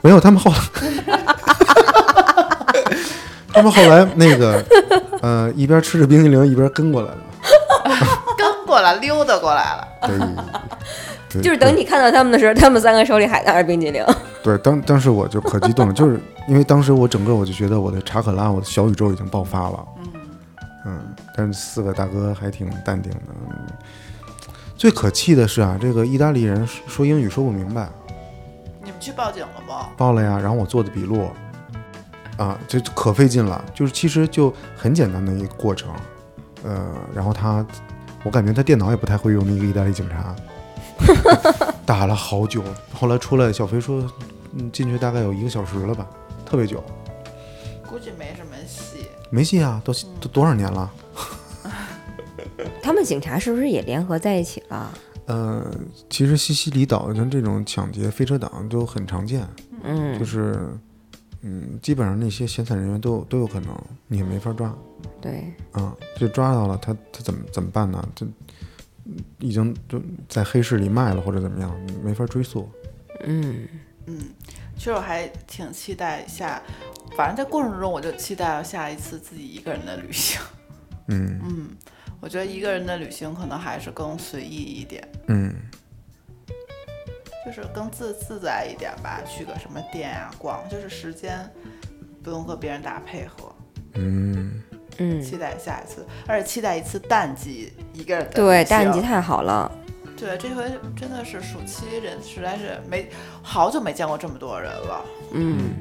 B: 没有，他们后来，他们后来那个，呃，一边吃着冰淇淋一边跟过来 了。
C: 跟过来溜达过来了，
B: 对， 对
A: 就是
B: 对
A: 等你看到他们的时候，他们三个手里还拿着冰激凌。
B: 对，当当时我就可激动了，就是因为当时我整个我就觉得我的查可拉，我的小宇宙已经爆发了。嗯但是四个大哥还挺淡定的。嗯最可气的是啊，这个意大利人说说英语说不明白，
C: 你们去报警了吗？
B: 报了呀，然后我做的笔录，啊，这可费劲了。就是其实就很简单的一个过程，呃，然后他，我感觉他电脑也不太会用的一个意大利警察，打了好久。后来出来，小飞说，嗯，进去大概有一个小时了吧，特别久，
C: 估计没什么戏。
B: 没戏啊，都都多少年了。
A: 他们警察是不是也联合在一起了？
B: 呃，其实西西里岛像这种抢劫飞车党都很常见，
A: 嗯
B: 就，是，嗯，基本上那些闲散人员都有都有可能，你也没法抓。
A: 对，
B: 啊，就抓到了他，他怎么怎么办呢？这已经就在黑市里卖了或者怎么样，没法追溯。
A: 嗯，
C: 其实我还挺期待下，反正在过程中我就期待下一次自己一个人的旅行。
B: 嗯
C: 嗯，我觉得一个人的旅行可能还是更随意一点，
B: 嗯，
C: 就是更自自在一点吧。去个什么店啊逛，就是时间不用和别人打配合。
B: 嗯，
A: 嗯，
C: 期待下一次，而且期待一次淡季一个人的
A: 对，
C: 旅行
A: 淡季太好了。
C: 对，这回真的是暑期人实在是没好久没见过这么多人了。
A: 嗯，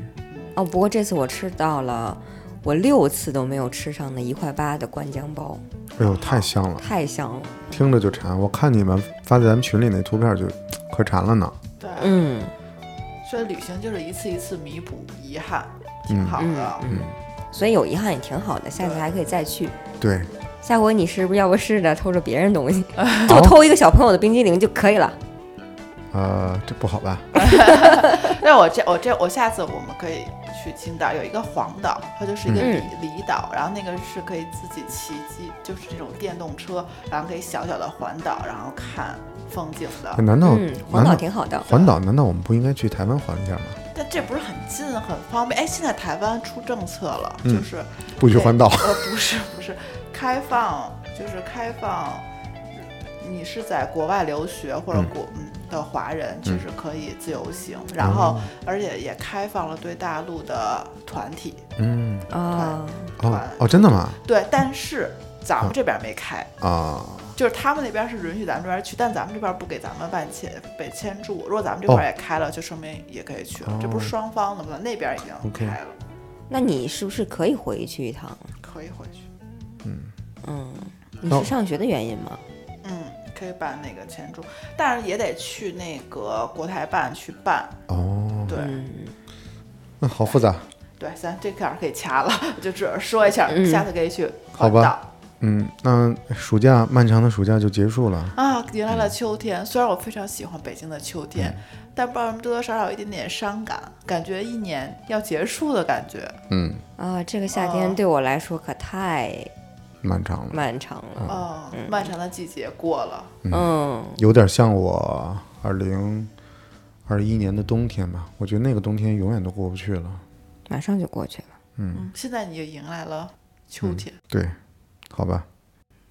A: 哦，不过这次我吃到了我六次都没有吃上的一块八的灌浆包，
B: 哎呦，太香了，
A: 太香了。
B: 听着就馋。我看你们发在咱们群里那图片就快馋了呢。
C: 对，
A: 嗯，
C: 所以旅行就是一次一次弥补遗憾，挺
B: 啊
C: 好的。
A: 嗯所以有遗憾也挺好的，下次还可以再去。
B: 对，
A: 下回你是不是要不试着偷着别人东 西，就偷一个小朋友的冰激凌就可以了？
B: 呃，这不好吧？
C: 那我这我这我下次我们可以去青岛，有一个黄岛，它就是一个
A: 嗯
C: 离离岛，然后那个是可以自己骑机，就是这种电动车，然后可以小小的环岛，然后看风景的。
B: 难道、
A: 嗯，环
B: 难
A: 岛
B: 道
A: 挺好的。
B: 环岛？难道我们不应该去台湾环一下吗？
C: 但这不是很近很方便？哎，现在台湾出政策了，
A: 嗯
C: 就是
B: 不许
C: 对
B: 环岛。
C: 呃，不是不是，开放就是开放你是在国外留学或者
B: 嗯
C: 国、嗯的华人，其实可以自由行，然
B: 哦
C: 后而且也开放了对大陆的团体，
B: 嗯，
A: 啊，
B: 哦哦，真的吗？
C: 对，但是咱
B: 嗯
C: 们这边没开，
B: 啊，
C: 就是他们那边是允许咱们这边去，但咱们这边不给咱们办签被签注。如果咱们
B: 哦
C: 这块也开了，就说明也可以去了，这不是双方的吗？那边已经
B: OK
C: 开了，
A: 那你是不是可以回去一趟？
C: 可以回去。
A: 嗯，你
B: 那
A: 是上学的原因吗？
C: 嗯，可以办那个签注，但是也得去那个国台办去办。
B: 哦，
C: 对、
A: 嗯，
B: 那好复杂。
C: 对，咱这点儿可以掐了， 就只是说一下，
A: 嗯
C: 下次可以去
B: 好
C: 环
B: 吧
C: 岛
B: 嗯，那暑假漫长的暑假就结束了。
C: 啊。迎来了秋天，虽然我非常喜欢北京的秋天，
B: 嗯
C: 但不知道为什么多多少少有一点点伤感，感觉一年要结束的感觉。
B: 嗯，
A: 啊，这个夏天
C: 哦
A: 对我来说可太
B: 漫长了，
A: 漫长
B: 嗯
A: 了。
C: 哦，漫长的季节过了，
A: 嗯，
B: 有点像我二零二一年的冬天吧。我觉得那个冬天永远都过不去了。
A: 马上就过去了，
C: 嗯，现在你就迎来了
B: 嗯
C: 秋天，
B: 对，好吧。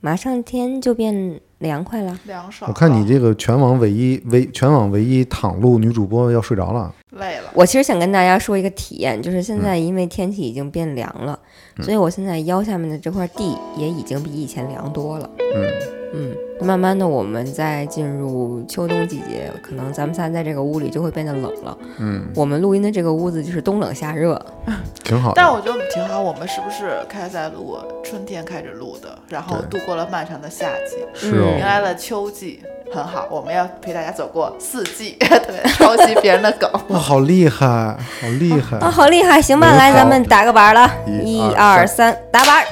A: 马上天就变凉快了。
C: 凉爽
B: 我
C: 了。
B: 看你这个全网唯一唯全网唯一躺路女主播要睡着了。
C: 累了，
A: 我其实想跟大家说一个体验，就是现在因为天气已经变凉了，所以我现在腰下面的这块地也已经比以前凉多了。
B: 嗯
A: 嗯，慢慢的我们在进入秋冬季节，可能咱们仨在这个屋里就会变得冷了。
B: 嗯，
A: 我们录音的这个屋子就是冬冷夏热，
B: 挺好
C: 但
B: 的。
C: 我觉得我们挺好。我们是不是开始在录春天开始录的，然后度
B: 对
C: 过了漫长的夏季，
B: 是
A: 嗯
B: 哦
C: 迎，来了秋季，很好。我们要陪大家走过四季， 对，抄袭别人的梗。
B: 哇，好厉害，好厉 害。
A: 啊，好厉害！行吧，
B: 嗯
A: 来，
B: 好
A: 咱们打个板儿了，
B: 一
A: 一
B: 二
A: 二三，打板儿。